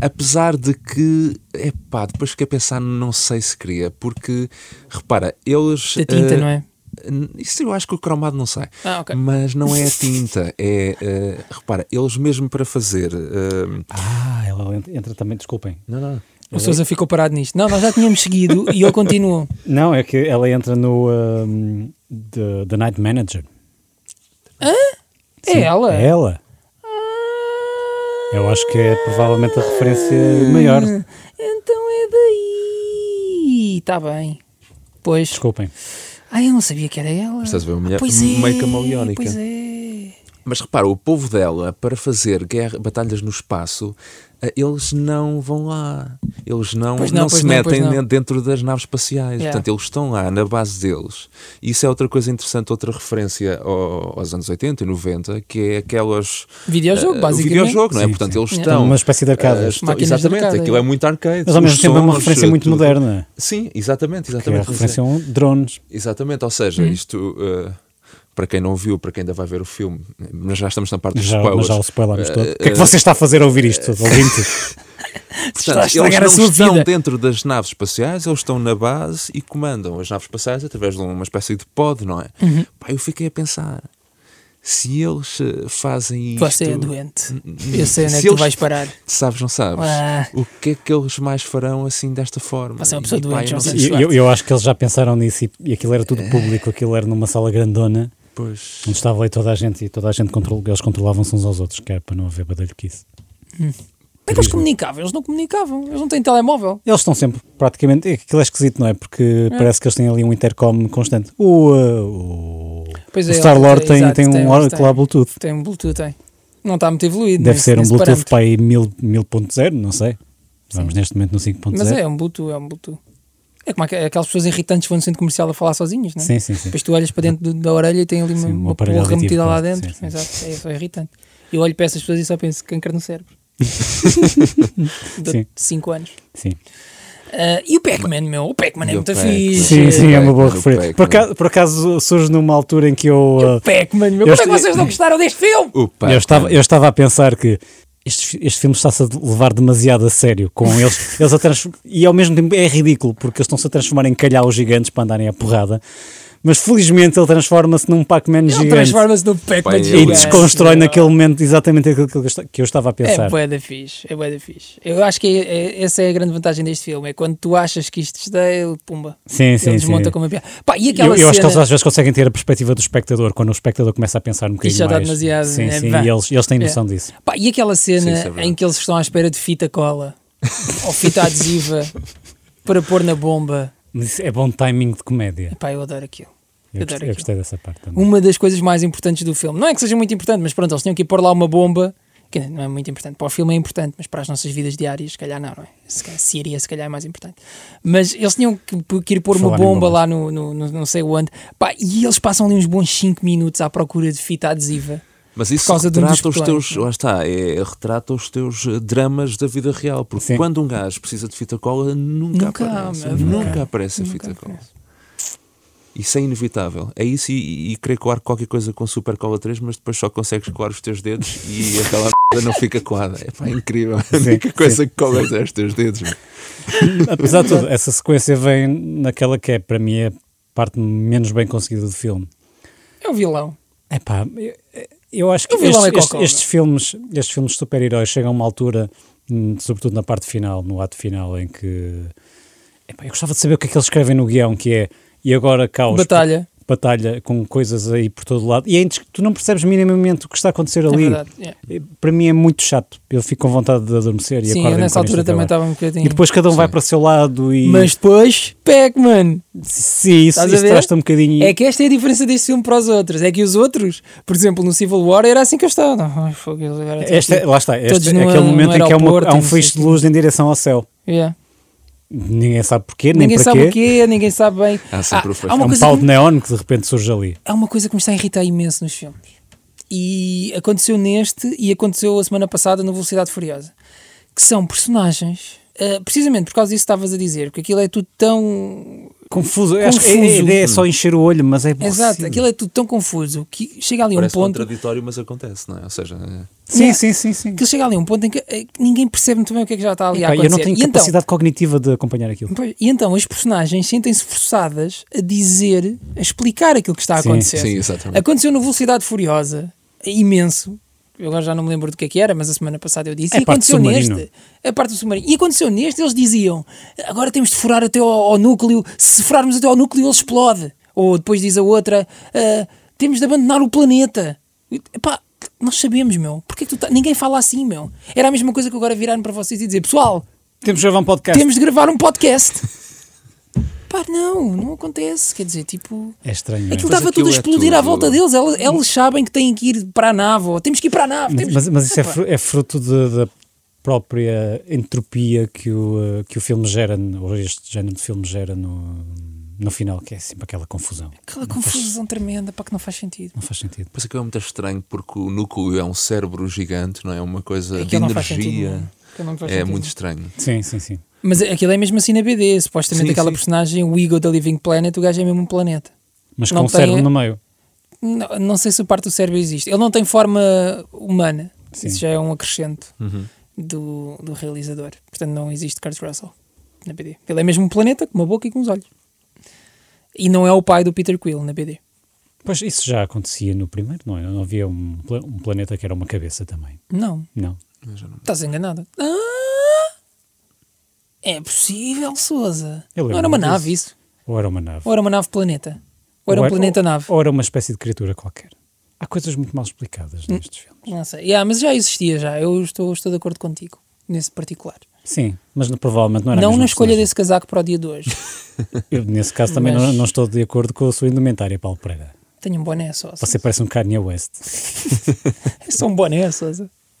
Apesar de que, epá, depois fiquei a pensar, não sei se queria, porque, repara, eles...
Da tinta,
eh,
não é?
n- Isso eu acho que o cromado não sai.
Ah, ok.
Mas não é a tinta, é... eh, repara, eles mesmo para fazer... eh,
Ah, ela ent- entra também, desculpem.
não, não,
O Souza ficou parado nisto. Não, nós já tínhamos seguido e ele continuou.
Não, é que ela entra no ahm, the, The Night Manager.
É ela.
É ela. Eu acho que é provavelmente a referência é maior.
Então é daí. Está bem. Pois.
Desculpem.
Ah, eu não sabia que era ela.
Estás a ver uma mulher
pois é,
meio camaleónica.
Pois é.
Mas repara, o povo dela, para fazer guerra, batalhas no espaço, eh, eles não vão lá. Eles não,
Pois não,
não,
pois
se
não,
metem
pois não.
ne- dentro das naves espaciais.
Yeah.
Portanto, eles estão lá na base deles. E isso é outra coisa interessante, outra referência ao- aos anos 80 e 90, que é aquelas.
Videojogo,
eh,
basicamente.
O videojogo, não é?
Sim,
Portanto,
sim.
eles
Yeah.
estão.
Uma espécie de arcadas.
eh, estão-
Máquinas de
exatamente,
arcade,
aquilo
é.
é muito arcade.
Mas ao mesmo
Os
tempo é uma
sons,
referência
eh,
muito
tudo.
moderna.
Sim,
Que
exatamente,
é a
exatamente.
referência a um drones.
Exatamente, ou
Hum.
seja, isto eh, para quem não viu, para quem ainda vai ver o filme, mas já estamos na parte dos
Já,
spoilers.
mas já o spoilamos
Eh,
todo. O que é
eh,
que você está a fazer a ouvir isto, ouvinte?
Portanto,
a estragar a
eles
sua
não estão
vida.
dentro das naves espaciais, eles estão na base e comandam as naves espaciais através de uma espécie de pod, não é?
Uhum.
Pá, eu fiquei a pensar. Se eles eh, fazem isto.
Você é doente.
N- n-
Eu sei onde é
se
que tu
eles-
vais parar.
Sabes, não sabes?
Ah.
O que é que eles mais farão assim desta forma?
Você é uma pessoa
E, pá,
doente,
eu não
Jorge.
sei
E
se-
Sim,
Eu, eu acho que eles já pensaram nisso e, e aquilo era tudo público, aquilo era numa sala grandona,
Pois.
onde estava aí toda a gente e toda a gente control, eles controlavam-se uns aos outros, que era para não haver badalhoquice.
Como é que eles comunicavam? Eles não comunicavam. Eles não têm telemóvel.
Eles estão sempre praticamente. Aquilo é esquisito, não é? Porque parece que eles têm ali um intercom constante. O, uh, o,
Pois
o
é,
Star-Lord
ele-
tem,
é, exato,
tem um
tem-
oracle
tem.
lá Bluetooth.
Tem um Bluetooth, tem. Não está muito evoluído.
Deve
nesse-
ser um
nesse
Bluetooth
parâmetro.
para aí 1000 1000.0, não sei. Vamos neste momento no 5.0.
Mas é, é um Bluetooth, é um Bluetooth. É como aqu- aquelas pessoas irritantes que vão no centro comercial a falar sozinhas, não é?
Sim, sim, sim.
Depois tu olhas para dentro do- da orelha e tem ali uma,
Sim, um
uma
aparelho
porra
auditivo
metida lá
quase,
dentro.
sim, sim.
Exato, é só irritante. Eu olho para essas pessoas e só penso câncer no cérebro.
Sim.
De 5 anos.
Sim.
Ah, e o Pac-Man, meu? O Pac-Man é
E o
muito
Pac-Man.
fixe.
Sim, sim, é uma boa
do
referência.
Pac-Man.
Por acaso, por acaso surge numa altura em que eu. uh,
Pac-Man, meu.
Eu
Como é que
estou-
vocês não gostaram deste filme?
O Pac-Man.
eu, estava, eu estava a pensar que este, este filme está-se a levar demasiado a sério com eles. eles a trans- e ao mesmo tempo é ridículo, porque eles estão-se a transformar em calhaus gigantes para andarem à porrada. Mas felizmente ele transforma-se num Pac-Man
Ele
gigante.
transforma-se no Pac-Man
E
Pai, Ele
gigante.
desconstrói
meu.
naquele momento exatamente aquilo que eu esta- que eu estava a
É
pensar.
bué da fixe, é bué da fixe. Eu acho que é- é- essa é a grande vantagem deste filme, é quando tu achas que isto está, ele pumba.
Sim,
ele
sim,
desmonta
sim.
com uma piada. Pá, e
Eu,
aquela
eu acho que eles
cena-
às vezes conseguem ter a perspectiva do espectador, quando o espectador começa a pensar um bocadinho
já dá
mais.
demasiado,
sim,
né?
sim,
Vá.
e eles, eles têm noção
É.
disso.
Pá, e aquela
Sim,
cena
isso é verdade.
em que eles estão à espera de fita cola ou fita adesiva para pôr na bomba.
Mas isso é bom timing de comédia.
Pá, eu adoro aquilo. Eu
Eu, gost-
adoro
eu
aquilo.
gostei dessa parte também.
Uma das coisas mais importantes do filme. Não é que seja muito importante, mas pronto, eles tinham que ir pôr lá uma bomba. Que não é muito importante. Para o filme é importante, mas para as nossas vidas diárias, se calhar não, não é? Se calhar, Síria, se calhar é mais importante. Mas eles tinham que, que ir pôr uma
Falar em
bomba
bombas.
lá no, no- no- não sei onde. Pá, e eles passam ali uns bons 5 minutos à procura de fita adesiva.
Mas isso
por causa de um
retrata
dos
os
botões,
teus,
não é?
lá está, é, retrata os teus eh, dramas da vida real, porque
Sim.
quando um gajo precisa de fita cola, nunca,
Nunca,
aparece,
é verdade.
nunca aparece a fita cola. Isso é inevitável. É isso e, e querer coar qualquer coisa com Super Cola 3, mas depois só consegues coar os teus dedos e aquela merda não fica coada. É pá, incrível. A única coisa que colas é os teus dedos.
um
meu.
Apesar de tudo, essa sequência vem naquela que é, para mim, a parte menos bem conseguida do filme.
É o vilão.
Epá, eu, eu acho que
O vilão
estes,
é
estes-
Coca-Cola.
estes filmes, estes filmes de super-heróis chegam a uma altura, hum, sobretudo na parte final, no ato final, em que epá, eu gostava de saber o que é que eles escrevem no guião, que é e agora caos.
Batalha.
Batalha com coisas aí por todo lado. E é indes- tu não percebes minimamente o que está a acontecer ali.
verdade, é.
Eh, Para mim é muito chato. Eu fico com vontade de adormecer e
Sim,
acordo
eu nessa
quando isto
altura também
acabar.
estava um bocadinho.
E depois cada um vai para o seu lado e.
Mas depois, Pac-Man!
Sim, isso,
Estás a
isso
ver?
traz-te um bocadinho.
É que esta é a diferença deste filme para os outros. É que os outros, por exemplo, no Civil War era assim que eu estava. Não, ai, fogo, eles agora estão
Este, é-
aqui.
lá está,
tipo, Todos
este, é
no-
aquele
no
momento em que há, uma-
aeroporto,
há um
não sei
feixe de
quê.
luz em direção ao céu.
Yeah.
Ninguém sabe porquê, nem
Ninguém
para
sabe
quê.
o que é, ninguém sabe bem. Ah,
Há sempre o
há,
fecho.
É
uma
um
coisa
pau
que,
de neon que de repente surge ali.
há uma coisa que me está a irritar imenso nos filmes. E aconteceu neste e aconteceu a semana passada no Velocidade Furiosa. Que são personagens, ah, precisamente por causa disso que estavas a dizer, porque aquilo é tudo tão
Confuso. Eu Acho que a- a
Confuso.
ideia é só encher o olho, mas é
Exato,
aborrecido.
aquilo é tudo tão confuso que chega ali a um
Parece
ponto.
contraditório, mas acontece, não é? Ou seja, é-
Sim, sim, sim. sim.
Aquilo chega ali a um ponto em que, eh, que ninguém percebe muito bem o que é que já está ali a
Epá,
acontecer.
eu não tenho
e, então,
capacidade cognitiva de acompanhar aquilo.
pois, e então as personagens sentem-se forçadas a dizer, a explicar aquilo que está a
Sim,
acontecer.
sim, exatamente.
Aconteceu no Velocidade Furiosa, é imenso. Eu agora já não me lembro do que é que era, mas a semana passada eu disse.
É
e
a parte do
aconteceu
submarino.
neste. A parte do submarino. E aconteceu neste, eles diziam: agora temos de furar até ao, ao núcleo, se furarmos até ao núcleo, ele explode. Ou depois diz a outra: "Ah, temos de abandonar o planeta. E, Epá, nós sabemos, meu. Porquê que tu tá- Ninguém fala assim, meu. Era a mesma coisa que eu agora virar-me para vocês e dizer: pessoal,
Temos de gravar um
É.
podcast.
temos de gravar um podcast. Pá, não, não acontece. Quer dizer, tipo.
É estranho.
Aquilo
é?
estava tudo a
aquilo é
explodir à
tudo- Hum.
volta deles. Elas- Eles, sabem que têm que ir para a nave. Ou temos que ir para a nave.
Mas-
temos-
Mas, mas isso é,
Epá.
fru- é fruto de- da própria entropia que o, eh, que o filme gera, no- ou este género de filme gera no, no final, que é sempre aquela confusão.
Aquela confusão tremenda, pá, que não faz sentido.
Não faz sentido.
Mas aquilo é muito estranho porque o núcleo é um cérebro gigante, não é? Uma coisa de
Aquilo não faz sentido.
energia.
nenhum. Aquilo não faz
É
sentido.
muito estranho.
Sim, sim, sim.
Mas aquilo é mesmo assim na BD. Supostamente
Sim,
aquela
sim.
personagem, o Ego da Living Planet, o gajo é mesmo um planeta.
Mas
Não
com o
tem-
cérebro no meio.
Não, não sei se a parte do cérebro existe. Ele não tem forma humana.
Sim. Uhum.
Isso já é um acrescento do, do realizador. Portanto, não existe Kurt Russell na BD. Ele é mesmo um planeta com uma boca e com uns olhos. E não é o pai do Peter Quill na BD.
Pois isso já acontecia no primeiro, não é? Não havia um, pla- um planeta que era uma cabeça também.
Não.
Não.
Estás enganada. Ah! É possível, Souza.
Eu
Não era uma
lembro-me
nave isso.
Ou era uma nave.
Ou era uma nave planeta. Ou era um planeta nave.
Ou era uma espécie de criatura qualquer. Há coisas muito mal explicadas nestes filmes.
Não sei. Yeah, mas já existia já. Eu estou, estou de acordo contigo nesse particular.
Sim, mas não- provavelmente não era a
não
mesma
na escolha
personagem.
desse casaco para o dia de hoje.
Eu, nesse caso também
Mas-
não, não estou de acordo com a sua indumentária, Paulo Pereira.
Tenho um boné só.
Você parece um Kanye West.
É só um boné só.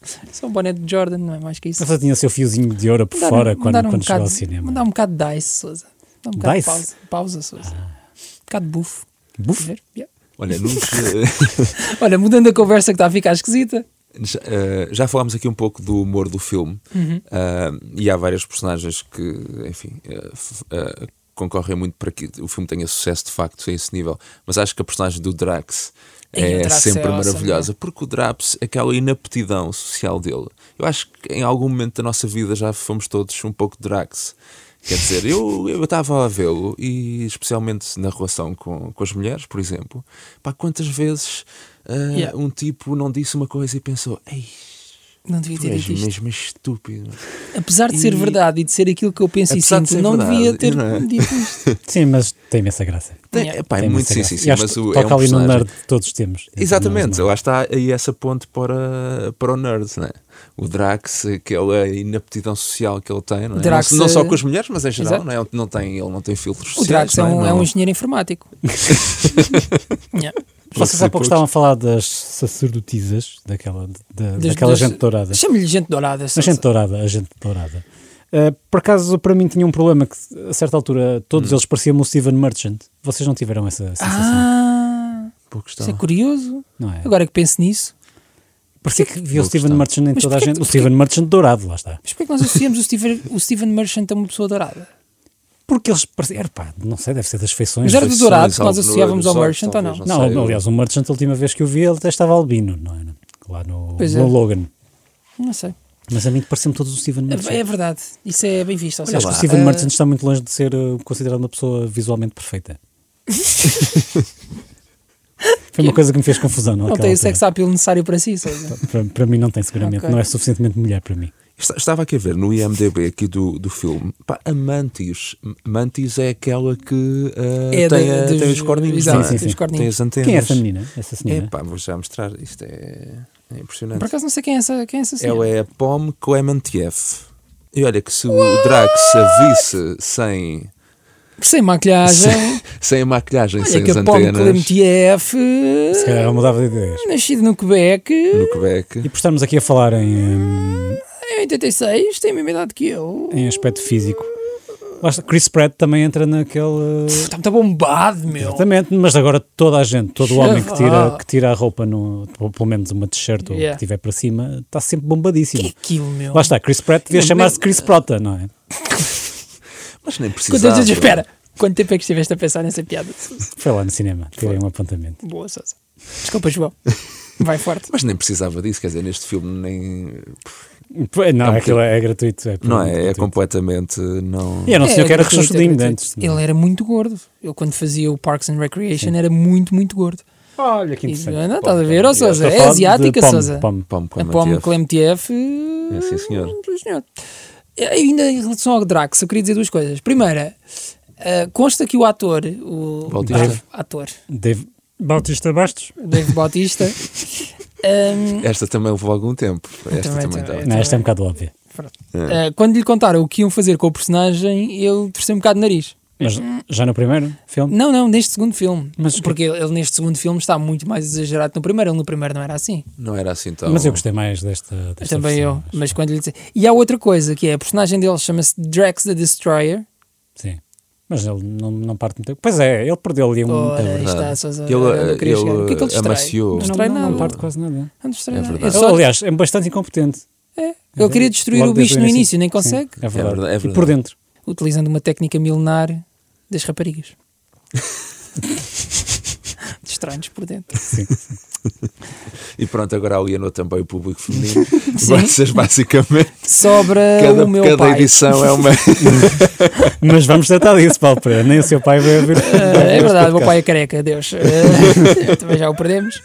É só um boné de Jordan, não é mais que isso.
Você tinha o seu fiozinho de ouro por
Mandar um-
fora quando,
mandar um
quando chegou
bocado-
ao cinema.
Mandar um bocado de dice, Souza. Dá um bocado
Dice? Ah.
de pausa, pausa Souza. Um bocado de bufo.
Bufo?
Ver? Yeah.
Olha, nos, eh,
Olha, mudando a conversa que está a ficar esquisita.
já, eh, já falámos aqui um pouco do humor do filme
Uhum.
Ah, e há várias personagens que, enfim, eh, f- eh, concorrem muito para que o filme tenha sucesso de facto a esse nível. Mas acho que a personagem do Drax
Ei, o
é
Drax é
sempre
awesome,
maravilhosa porque o Drax, aquela inaptidão social dele, eu acho que em algum momento da nossa vida já fomos todos um pouco Drax. Quer dizer, eu eu estava a vê-lo e especialmente na relação com, com as mulheres, por exemplo, pá, quantas vezes ah,
Yeah.
um tipo não disse uma coisa e pensou, ei,
Não devia
Tu
ter
és
dito isto.
mesmo estúpido.
Apesar de ser
E-
verdade e de ser aquilo que eu penso e
Apesar de
sinto,
ser
não
verdade,
devia ter
não é?
dito isto.
Sim, mas tem imensa graça.
Tem,
Yeah.
epá, é
Tem
muito
imensa
sim,
graça.
sim,
E
sim,
acho
mas
que
o, é um
toca ali no
personagem-
nerd que todos temos.
Exatamente,
Não,
é?
lá está aí essa ponte para, para o nerd, não é? O Drax, aquela inaptidão social que ele tem, não, é?
Drax
não, não
é-
só com as mulheres, mas em geral,
Exato.
não é? Ele não tem, ele não tem filtros
O
sociais.
Drax é
não
um, é
Não-
um engenheiro informático. Yeah.
Vocês há pouco estavam a falar das sacerdotisas, daquela, da-
Das-
daquela
das-
gente dourada.
Chama-lhe gente dourada. assim.
A
Sousa.
gente dourada, a gente dourada. Uh, por acaso, para mim, tinha um problema que, a certa altura,
Hum.
todos eles pareciam o Steven Merchant. Vocês não tiveram essa sensação,
Ah,
Poucos
isso é
estavam.
curioso.
Então. não é?
Agora que penso nisso,
Parecia que via o
Poucos
Steven
estavam.
Merchant em
Mas
toda a
porquê-
gente. O
porquê-
Steven Merchant dourado, lá está.
mas porquê é que nós associamos o Steven, o Steven Merchant a uma pessoa dourada?
Porque eles pareciam... era pá, não sei, deve ser das feições.
Mas
Não,
era do
feições,
um dourado que nós
algo no-
associávamos ao
nos olhos,
Merchant ou não?
talvez,
não,
sei, eu-
aliás, o Merchant, a última vez que eu vi, ele até estava albino, não é? Lá no,
Pois
no
é.
Logan.
Não sei.
Mas a mim parecia-me todos o Steven Merchant.
É, é verdade. Isso é bem visto. ou
Olha, eh,
seja,
acho que o
ah,
Steven Merchant está muito longe de ser uh, considerado uma pessoa visualmente perfeita. Foi uma coisa que me fez confusão.
Não
naquela
tem o
altura. Tá.
sex appeal necessário para si. Sousa.
Para, para mim não tem, seguramente.
Ok.
Não é suficientemente mulher para mim.
Esta- Estava aqui a ver no IMDB aqui do, do filme, pá, a Mantis. Mantis é aquela que ah,
É
tem,
da-
a-
dos-
tem os corninhos,
exato,
não é?
tem os
corninhos.
Tem as antenas.
Quem é essa menina? Essa senhora?
Epá, vou já mostrar, isto é, é impressionante.
Por acaso não sei quem é essa, quem é essa senhora.
Ela é a Pom Clementieff. E olha que se o Drax a visse sem,
Sem maquilhagem.
sem, sem a maquilhagem,
Olha
sem
que
as
a Pom
antenas,
Clementieff.
Se calhar é um ela mudava de ideias.
Nascido no Quebec.
no Quebec,
E por estarmos aqui a falar em, hum,
Em 86. Tem a mesma idade que eu.
em aspecto físico, lá está, Chris Pratt também entra naquele.
Está muito bombado, meu.
Exatamente, mas agora toda a gente, todo o homem que tira,
Chaval.
que tira a roupa, no, ou pelo menos uma t-shirt ou o
Ah. Yeah.
que tiver para cima, está sempre
Que é
bombadíssimo.
aquilo, meu?
Lá está, Chris Pratt devia
Não,
chamar-se
mas- eh,
Chris Prota, não é?
mas nem
Quanto-
precisava.
espera. Quanto tempo é que estiveste a pensar nessa piada?
Foi lá no cinema, tirei um apontamento.
Boa, Sousa. Desculpa, João. Vai forte.
Mas nem precisava disso, quer dizer, neste filme nem.
Pô, Não,
um
aquilo é gratuito. É
Não é? É
gratuito.
completamente. Não...
E era um
É,
senhor que era
gratuito,
rechonchudinho de
gratuito.
antes. é?
Ele era muito gordo. Eu, quando fazia o Parks and Recreation, era muito, muito gordo.
Olha que
E,
interessante.
não, estás a ver? Ou
Estou
Sousa,
a
é
falar de
asiática,
Pom,
Sousa.
Pom.
Pom
A Pom Clementieff.
Clementieff. É, sim, senhor.
eh, Sim, senhor. E Ainda em relação ao Drax, eu queria dizer duas coisas. Primeira, eh, consta que o ator, o
Bautista.
Dave, ator,
Dave- Bautista Bastos?
Dave Bautista, ehm,
Esta também levou algum tempo. Esta
Também,
também,
também.
dá.
Não, esta é um bocado óbvia.
eh, quando lhe contaram o que iam fazer com o personagem, ele torceu um bocado o nariz.
Mas já no primeiro filme?
Não, não, neste segundo filme.
Mas o
Porque ele, ele neste segundo filme está muito mais exagerado que no primeiro. Ele no primeiro não era assim.
Não era assim tão.
Mas eu gostei mais desta. desta
Também
versão,
eu. Mas quando lhe disse... E há outra coisa, que é a personagem dele chama-se Drax the Destroyer.
Sim. Mas ele não, não parte muito. Pois é, ele perdeu ali um.
Ora, Oh, aí está,
verdade.
Sousa.
Ele,
Agora eu queria
ele,
chegar. O que é que ele distrai?
amaciou.
Não
não,
distrai
não, não
nada.
parte quase nada.
Não destrói
É
nada.
verdade.
Ele só-
aliás, é bastante incompetente.
ele queria destruir
Logo
o
desde
bicho no início, nem consegue,
Sim, é, verdade.
É verdade, é
E por
verdade.
dentro.
utilizando uma técnica milenar das raparigas. Destrói-nos por dentro.
Sim.
E pronto, agora alienou também o público feminino. Vocês, basicamente,
Sobra
cada,
É o meu
cada
pai.
edição é uma.
Mas vamos tratar disso, Paulo Pereira. Nem o seu pai vai ouvir.
Eh, é verdade, o meu pai é careca, Deus. Eh, também já o perdemos.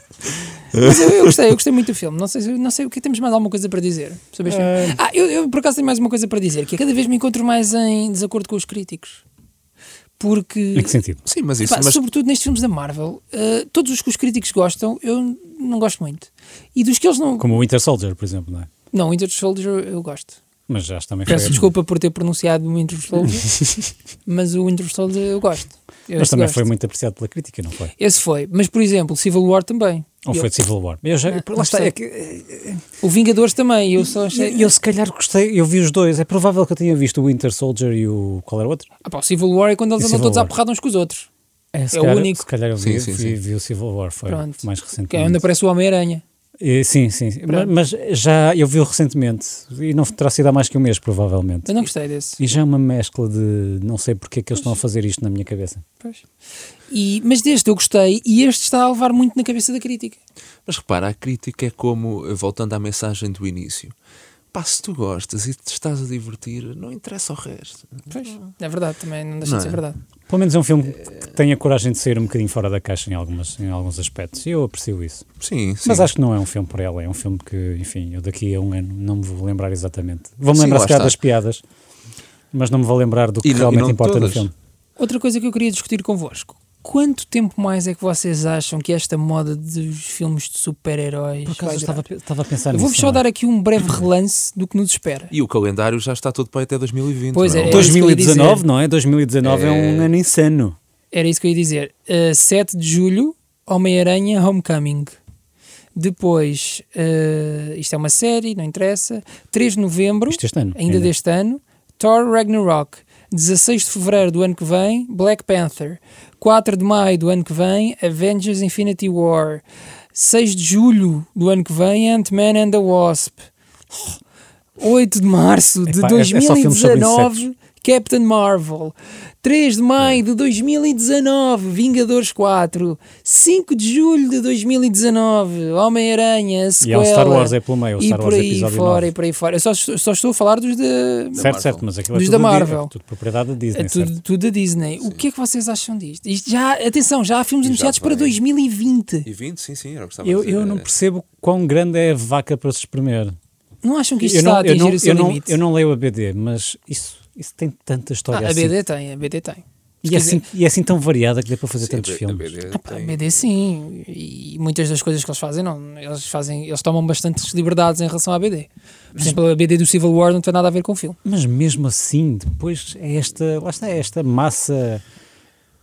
Mas eu, eu gostei, eu gostei muito do filme. Não sei, se- não sei o que temos mais alguma coisa para dizer sobre este filme. Ah, eu, eu, por acaso tenho mais uma coisa para dizer, que é cada vez me encontro mais em desacordo com os críticos. Porque
Em que sentido?
Sim, mas isso.
Pá,
mas
Sobretudo nestes filmes da Marvel, eh, todos os que os críticos gostam, eu n- não gosto muito. E dos que eles não.
Como o Winter Soldier, por exemplo, não é?
Não, Winter Soldier eu- eu gosto.
Mas já também foi.
Peço desculpa por ter pronunciado o Winter Soldier, mas o Winter Soldier eu gosto. Eu
Mas
esse
também
gosto.
foi muito apreciado pela crítica, não foi?
Esse foi. Mas, por exemplo, Civil War também.
Ou
Eu-
foi de Civil War? Eu já,
Não,
lá está,
não
é que,
O Vingadores também. Eu só achei.
eu, eu se calhar gostei, eu vi os dois. É provável que eu tenha visto o Winter Soldier e o. Qual era o outro?
Ah, pá, o Civil War é quando eles
E
andam
Civil
todos à
War.
porrada uns com os outros.
É,
É o
calhar,
único.
Se calhar eu vi,
Sim, sim,
vi-
sim.
vi o Civil War, foi
Pronto.
mais
Que é onde
recentemente.
aparece o Homem-Aranha.
E- sim, sim. sim. Mas,
Pronto.
mas já eu vi-o recentemente e não terá sido há mais que um mês, provavelmente.
Eu não gostei desse.
E já é uma mescla de não sei porque é que eles estão a fazer isto na minha cabeça.
Pois. E, mas deste eu gostei e este está a levar muito na cabeça da crítica.
Mas repara, a crítica é como, eh, voltando à mensagem do início, pá, se tu gostas e te estás a divertir, não interessa o resto.
Pois.
Uhum.
É verdade, também não deixa
Não
de ser
é?
verdade.
Pelo menos é um filme que tem a coragem de sair um bocadinho fora da caixa em, algumas, em alguns aspectos. E eu aprecio isso.
Sim, sim.
Mas acho que não é um filme por ela. É um filme que, enfim, eu daqui a um ano não me vou lembrar exatamente. Vou-me
Sim,
lembrar
lá
se calhar
está.
das piadas, mas não me vou lembrar do que
E não- e
realmente
não de
importa no
todas.
filme.
Outra coisa que eu queria discutir convosco. Quanto tempo mais é que vocês acham que esta moda dos filmes de super-heróis
Por acaso
vai
eu
durar?
estava, estava a pensar
Eu
nisso.
vou-vos só
não é?
dar aqui um breve relance do que nos espera.
E o calendário já está todo para até 2020.
Pois
não
é, isso que eu ia
2019,
dizer.
não é? 2019 é, um ano insano.
Era isso que eu ia dizer. Uh, 7 de julho, Homem-Aranha Homecoming. Depois, uh, isto é uma série, não interessa. 3 de novembro,
Isto este ano,
ainda,
ainda.
deste ano, Thor Ragnarok. 16 de fevereiro do ano que vem, Black Panther. 4 de maio do ano que vem, Avengers Infinity War. 6 de julho do ano que vem, Ant-Man and the Wasp. 8 de março de
Epá, é- é só filmes sobre
2019, Captain Marvel. 3 de
É.
maio de 2019, Vingadores 4. 5 de julho de 2019, Homem-Aranha,
E
a
há um
sequela.
Star Wars aí pelo meio, o
E
Star
por
Wars
aí
episódio
fora,
9.
e por aí fora. Eu só, só estou a falar dos da,
certo, certo, mas aquilo é
Dos
tudo,
da
di-
Marvel.
é tudo propriedade da
é
Disney, certo?
tudo, tudo da Disney. O que é que vocês acham disto? Isto já, atenção, já há filmes
E já
anunciados para
é
vai.
2020.
E 20, sim, sim, era o que estava a
Eu,
dizer.
eu não
É-
percebo quão grande é a vaca para se espremer.
Não acham que isto
Eu
está a
não, eu,
atingir
não,
o seu
eu, não,
limite?
eu não leio a BD, mas isso, isso tem tanta
Ah,
história
a
assim.
BD tem, a BD tem.
e,
quer
é assim, e é assim tão variada que dá para fazer tantos
a B-
filmes.
A BD,
Pá,
tem-
BD sim, assim, e muitas das coisas que eles fazem não, eles fazem, eles tomam bastantes liberdades em relação à BD. Por exemplo, a BD do Civil War não tem nada a ver com o filme.
Mas mesmo assim, depois é esta, lá está, é esta massa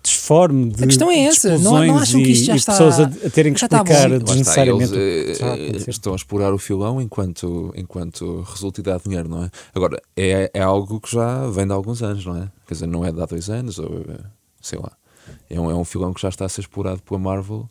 disforme de
A questão é
de
essa, não-
explosões
não acham que isto
e-
já
e
está-
pessoas a, a terem que
já está bom.
explicar
Sim, lá
Lá está, eles
desnecessariamente o que
eh,
está a acontecer.
estão a explorar o filão enquanto, enquanto resulta e dá dinheiro, não é? Agora, é, é algo que já vem de há alguns anos, não é? Quer dizer, não é de há dois anos, ou eh, sei lá. É um, é um filão que já está a ser explorado pela Marvel.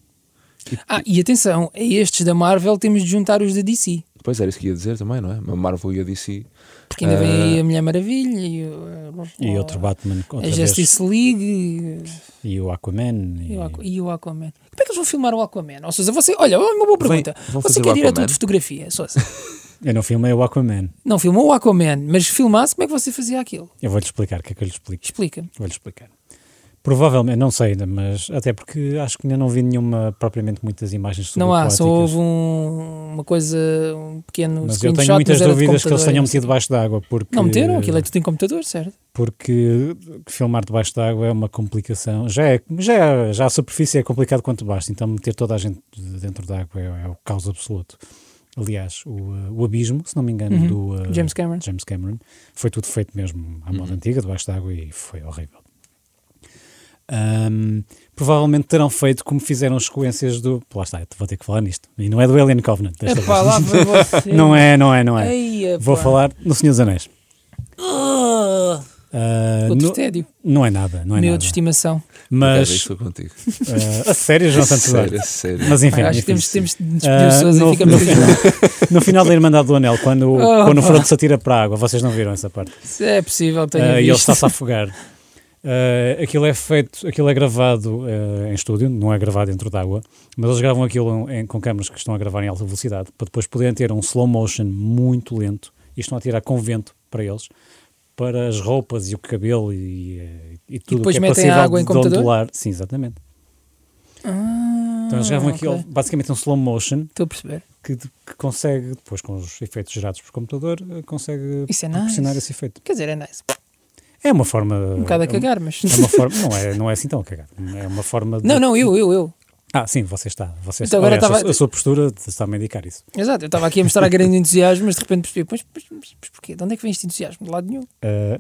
Ah, e atenção, a estes da Marvel temos de juntar os da DC,
Pois era isso que ia dizer também, não é? A Marvel e a DC.
porque ainda vem
Ah.
aí a Mulher Maravilha e, o-
E outro Batman
a
outra vez,
Justice League
e o Aquaman.
e,
E,
o Aqu- e o Aquaman. Como é que eles vão filmar o Aquaman? Ou seja, você, olha, é uma boa pergunta.
vão
você
fazer
que é
o
diretor
Aquaman?
de fotografia, Sousa.
Eu não filmei o Aquaman.
não filmou o Aquaman, mas filmasse, como é que você fazia aquilo?
Eu vou-lhe explicar, o que é que eu lhe explico?
Explica-me.
Vou-lhe explicar. Provavelmente, não sei ainda, mas até porque acho que ainda não vi nenhuma, propriamente muitas imagens sobre
Não há, só houve um- uma coisa, um pequeno
Mas eu
screenshot.
tenho muitas
mas era
dúvidas
de
que eles
computador,
tenham
não sei.
metido debaixo d'água porque.
Não meteram, aquilo é tudo em computador, certo?
Porque filmar debaixo d'água é uma complicação. Já, é, já, é- já a superfície é complicado quanto baixo, então meter toda a gente dentro d'água é, é o caos absoluto. Aliás, o, uh, o Abismo, se não me engano,
Uhum.
do uh,
James Cameron. Uhum.
James Cameron, foi tudo feito mesmo à moda antiga, debaixo d'água, e foi horrível. Ahm, provavelmente terão feito como fizeram as sequências do. Lá está, vou ter que falar nisto. E não é do Alien Covenant. desta
Epá,
vez.
lá vai você.
Não é, não é, não é.
Ei, epá.
Vou falar no Senhor dos Anéis.
Ah,
Ah,
outro
no-
tédio.
não é nada, não é
Meu
nada.
de estimação.
Mas...
Mas
é Isso contigo.
ah, a sério, João Santos
sério,
Eduardo.
sério.
Mas enfim,
Acho que temos,
enfim.
temos de despedir o
Ah,
Sousa e
no,
ficamos
no final, no final da Irmandade do Anel, quando,
Oh,
quando o
pá.
Frodo se atira para a água, vocês não viram essa parte.
Se É possível que tenha
Ah, e ele
visto.
está-se a afogar. Ah, aquilo é feito, aquilo é gravado ah, em estúdio, não é gravado dentro d'água, mas eles gravam aquilo em- com câmaras que estão a gravar em alta velocidade para depois poderem ter um slow motion muito lento e estão a tirar com vento para eles, para as roupas e o cabelo e, eh, e tudo o que
depois
é
metem a
possível
água em
de
computador?
ondular. Sim, exatamente. então eles gravam aquilo
Ah, ok.
basicamente um slow motion
Estou a perceber.
que, de- que consegue, depois com os efeitos gerados por computador, eh, consegue
Isso é
proporcionar
nice.
esse efeito.
Quer dizer, é nice.
É uma forma.
Um bocado a
é uma-
cagar, mas.
é uma forma, não, é, não é assim tão cagado. É uma forma de.
Não, não, eu, eu, eu.
Ah, sim, você está. Você está.
Então agora
Aliás, a
estava-
su- a sua postura está a medicar isso.
Exato, eu estava aqui a mostrar grande entusiasmo, mas de repente percebi, mas, mas, mas, mas porquê? De onde é que vem este entusiasmo? De lado nenhum.
Uh,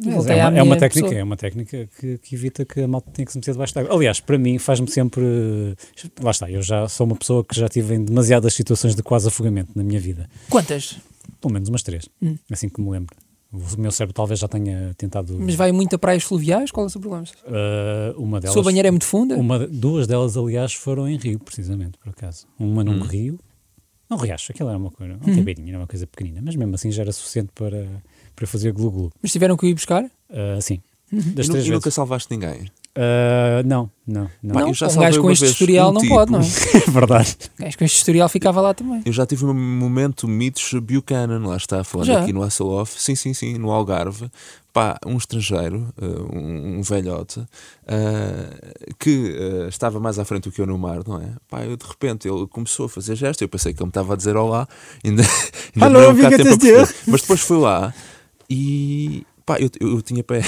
mas
Voltei
é,
à
uma, é uma
minha
técnica,
pessoa.
é uma técnica que, que evita que a malta tenha que se meter debaixo d'água. Aliás, para mim faz-me sempre. uh, Lá está, eu já sou uma pessoa que já tive em demasiadas situações de quase afogamento na minha vida.
Quantas?
Pelo menos umas três,
Hum.
assim que me lembro. O meu cérebro talvez já tenha tentado
Mas vai muito a praias fluviais? Qual é o seu problema?
uh, uma
A
delas.
sua banheira é muito funda?
um-
uma, duas delas, aliás, foram em Rio, precisamente, por acaso. Uma
Hum.
num rio, não riacho, aquilo era uma coisa,
Hum.
um ribeirinho, era uma coisa pequenina, mas mesmo assim já era suficiente para, para fazer glu-glu.
Mas tiveram que o ir buscar?
Ah, sim,
Uhum.
das
E nu-
três
e nunca
vezes.
salvaste ninguém.
Ah, não, não, não.
Pá,
não,
eu já
um
salvei
gajo com
uma
este
vez
historial
um
não
tipo.
pode, não é?
É verdverdade.
Um gajo com este historial ficava lá também.
Eu já tive um momento mitos Buchanan, lá está, falando
Já?
aqui no Hasselhoff, sim, sim, sim, no Algarve. Pá, um estrangeiro, eh, um, um velhote, ah, que ah, estava mais à frente do que eu no mar, não é? Pá, eu de repente ele começou a fazer gesto, eu pensei que ele me estava a dizer olá, ainda, ainda
Alô,
demorei um bocado
obrigado a
de tempo a
dizer.
perceber. Mas depois fui lá e. Pá, eu, eu, eu tinha pé,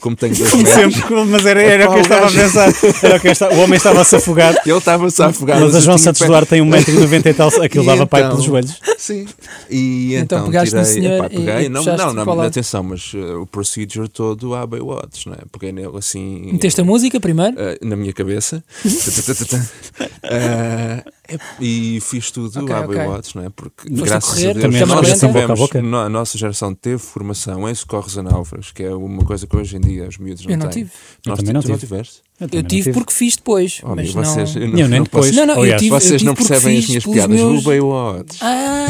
como tenho dois metros,
mas era,
era o que eu estava a
pensar. Era o, que eu estava, o homem estava a se afogar.
ele estava-se a afogar.
Mas a
eu
João
tinha
Santos
pé-
Duarte tem 1,90m e tal, aquilo
E
dava pai
então-
pelos joelhos.
Sim. E
Então
então,
pegaste no
tirei,
senhor
epá,
e-
peguei,
e
não,
puxaste
não, não,
para lá.
atenção, mas uh, o procedure todo há Baywatch, não é? Peguei nele assim
Meteste a música primeiro?
uh, na minha cabeça Uh, é- e fiz tudo
Ok,
há
ok.
Baywatch, não é? Porque
Foste
graças
correr,
a Deus
também
nós
foste
boca a
tivemos,
boca?
no- a nossa geração teve formação em socorros a náufragos, que é uma coisa que hoje em dia os miúdos não
Eu não
têm.
tive.
Eu
Nós
também
ti-
não
tu não
tive.
tiveste?
também
Eu
não
tive porque fiz depois.
Oh,
mas
amigo, vocês,
não...
eu não,
Eu nem
não posso-
depois.
Não, não, eu
Aliás,
tive-
vocês não
porque
percebem as
fiz
minhas
pelos
piadas.
meus-
O Baywatch.
Ah!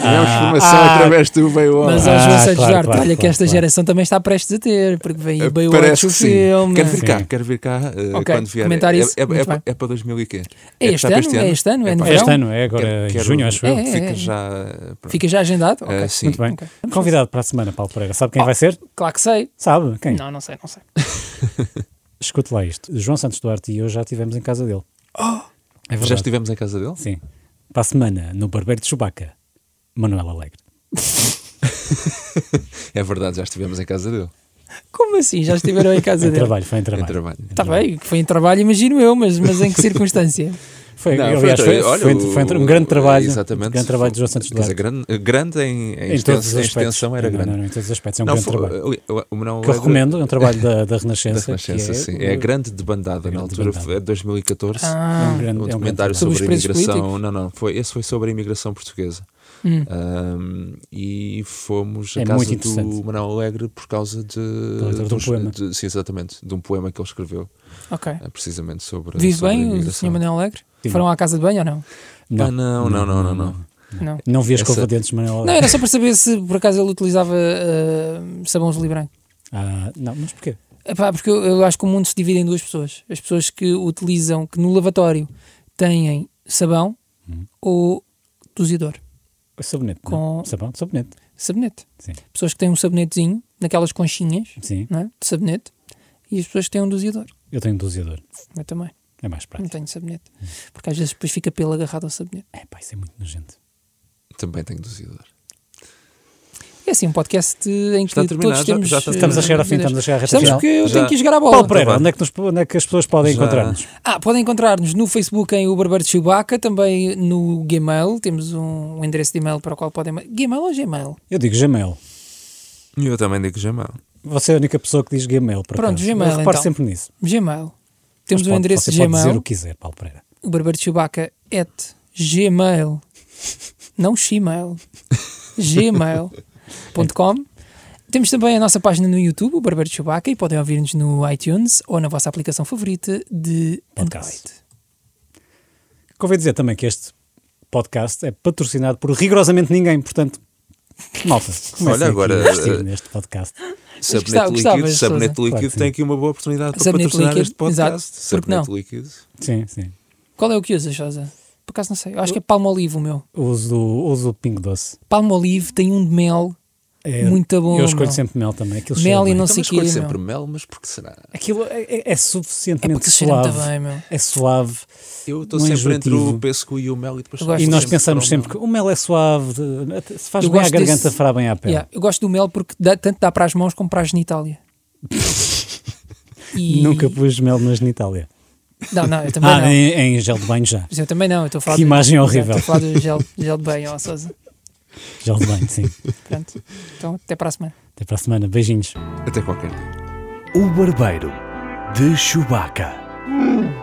Tivemos formação
ah,
através do Baywatch.
Mas
Ah,
ao João
claro,
Santos Duarte,
claro,
olha que
claro,
esta
claro.
geração também está prestes a ter, porque vem aí bem
Ah, É, Parece
o
que sim.
filme.
Quero vir cá,
Sim.
quero vir cá eh,
Ok,
quando vier.
comentar
É-
isso.
É, é,
Muito
é,
bem.
é para 2000 e quê?
É este
já para
ano? É este ano? É no
pá,
verão?
Este ano, é agora
Quero-
em
quero-
junho, acho eu.
É, é,
Fica
é.
já. eh, pronto.
Fica já agendado?
Eh,
Ok.
sim.
Muito bem.
Ok.
Convidado para a semana, Paulo Pereira. Sabe quem vai ser?
Claro que sei.
Sabe? Quem?
Não, não sei, não sei.
Escute lá isto. João Santos Duarte e eu já estivemos em casa dele. É
Já
verdade.
estivemos em casa dele?
Sim. Para a semana, no Barbeiro de Chewbacca, Manuel Alegre.
É verdade, já estivemos em casa dele.
Como assim? Já estiveram em casa
Em
dele?
trabalho, foi em trabalho.
Em trabalho.
Está Tá bem, que foi em trabalho, imagino eu, mas, mas em que circunstância?
Foi,
Não,
aliás, foi,
foi- olha,
foi-
o-
foi um grande trabalho.
Exatamente.
Um grande trabalho de João
Foi-
Santos
quer dizer,
Duarte.
grande, grande em, em,
em todos os
extensão, em
aspectos.
extensão era
Não,
grande.
Não, não, em todos os aspectos. É um
Não,
grande
foi-
trabalho.
o- o- o Manuel
Que eu
Alegre-
recomendo, é um trabalho da, da
da
Renascença. que
Renascença,
é,
sim.
o-
É a grande debandada na
grande
altura,
debandada.
é 2014.
Ah.
é um grande- é um
um
grande trabalho.
documentário
Sobre os
sobre a
presos
imigração.
políticos?
Não, não, foi, esse foi sobre a imigração portuguesa. Ahm, e fomos à
É
casa
muito interessante.
do Manuel Alegre por causa de,
autor de um
dos-
poema.
de- sim, exatamente, de um poema que ele escreveu,
Ok.
É,
ah, precisamente sobre.
Vive
sobre a
bem o
imigração.
Sr. Manuel Alegre?
Sim.
Foram à casa de banho ou não?
Não.
Ah, não, não, não, não, não.
Não.
Não vi a escova
Essa-
de dentes, Manuel
Não,
Alegre.
era só para saber se por acaso ele utilizava ah, sabões de branco.
Ah, não, mas porquê?
Epá, porque eu, eu acho que o mundo se divide em duas pessoas. As pessoas que utilizam, que no lavatório têm sabão
Uhum.
ou tosidor,
Sabonete.
Com-
Não. é? Sabão, sabonete.
sabonete.
Sim.
Pessoas que têm um sabonetezinho, naquelas conchinhas
Sim.
não é? de sabonete, e as pessoas que têm um doseador.
Eu tenho um doseador.
Eu também,
É mais
não
prático.
tenho sabonete. Porque às vezes depois fica pelo agarrado ao sabonete.
É pá, isso é muito nojento.
Também tenho dúvida.
É assim, um podcast em que
Está a terminar,
todos
já-
temos.
já está-
eh,
Estamos a chegar ao fim,
dúvidas.
estamos a chegar à reta
Estamos
final.
porque eu
Já.
tenho que ir jogar a bola. Então,
Paulo Pereira,
bem.
onde é, que nos- onde é que as pessoas podem
Já-
encontrar-nos?
Ah, podem encontrar-nos no Facebook em Uber Bird Chewbacca, também no Gmail, temos um, um endereço de e-mail para o qual podem. ma- Gmail ou Gmail?
Eu digo Gmail.
E eu também digo Jamal.
Você é a única pessoa que diz Gmail. Por
Pronto,
acaso.
Gmail,
Eu reparo
então.
sempre nisso.
Gmail.
Mas
Temos um
pode-
endereço
você
de
Pode dizer o
Gmail,
que quiser, Paulo Pereira.
Uber Bird Chewbacca at Gmail. Não Gmail. Gmail.com. Temos também a nossa página no YouTube, o Barbeiro de Chewbacca, e podem ouvir-nos no iTunes ou na vossa aplicação favorita de
Podcast.
Android.
Convém dizer também que este podcast é patrocinado por rigorosamente ninguém, portanto, malta, é comecem aqui
Olha, agora,
a investir
eh,
neste podcast.
gostava-
Sabonete
gostava,
líquido,
Sousa.
sabonete
Claro
líquido
que sim.
tem aqui uma boa oportunidade para
Sabonete
patrocinar
líquido,
este podcast.
exato. Porque não?
Sabonete líquido. Então,
Sim, sim.
Qual é o que usas, Rosa? Por acaso não sei. Eu acho que é Palmolive o meu.
Uso, uso o Pingo Doce.
Palmolive tem um de mel.
É-
Muito bom,
Eu escolho
meu.
sempre mel também. Aquilo
Mel
cheira
e
bem.
não
Então,
sei
mas escolho
quê,
sempre
meu.
mel, mas porque será?
Aquilo é, é- é
É
suficientemente
porque cheira muito
suave.
bem, meu.
É suave.
Eu estou
Não é
sempre entre
enjoativo.
o pesco e o mel e depois
Eu gosto
E nós
sempre
pensamos
para o
sempre que o mel é suave, de- até- se faz
Eu
bem à
gosto
garganta,
desse-
fará bem à pele.
Yeah, eu gosto do mel porque dá- tanto dá para as mãos como para a genitália. E-
Nunca pus mel na genitália.
Não, não, eu também
Ah,
não.
em, em gel de banho já.
Mas eu também não, eu estou a falar
Que
do-
imagem
Exato,
horrível.
Estou a falar do gel, gel de banho, ó, Sousa.
Gel de banho, sim.
Pronto. Então, até para a semana.
Até para a semana. Beijinhos.
Até qualquer dia.
O barbeiro de Chewbacca.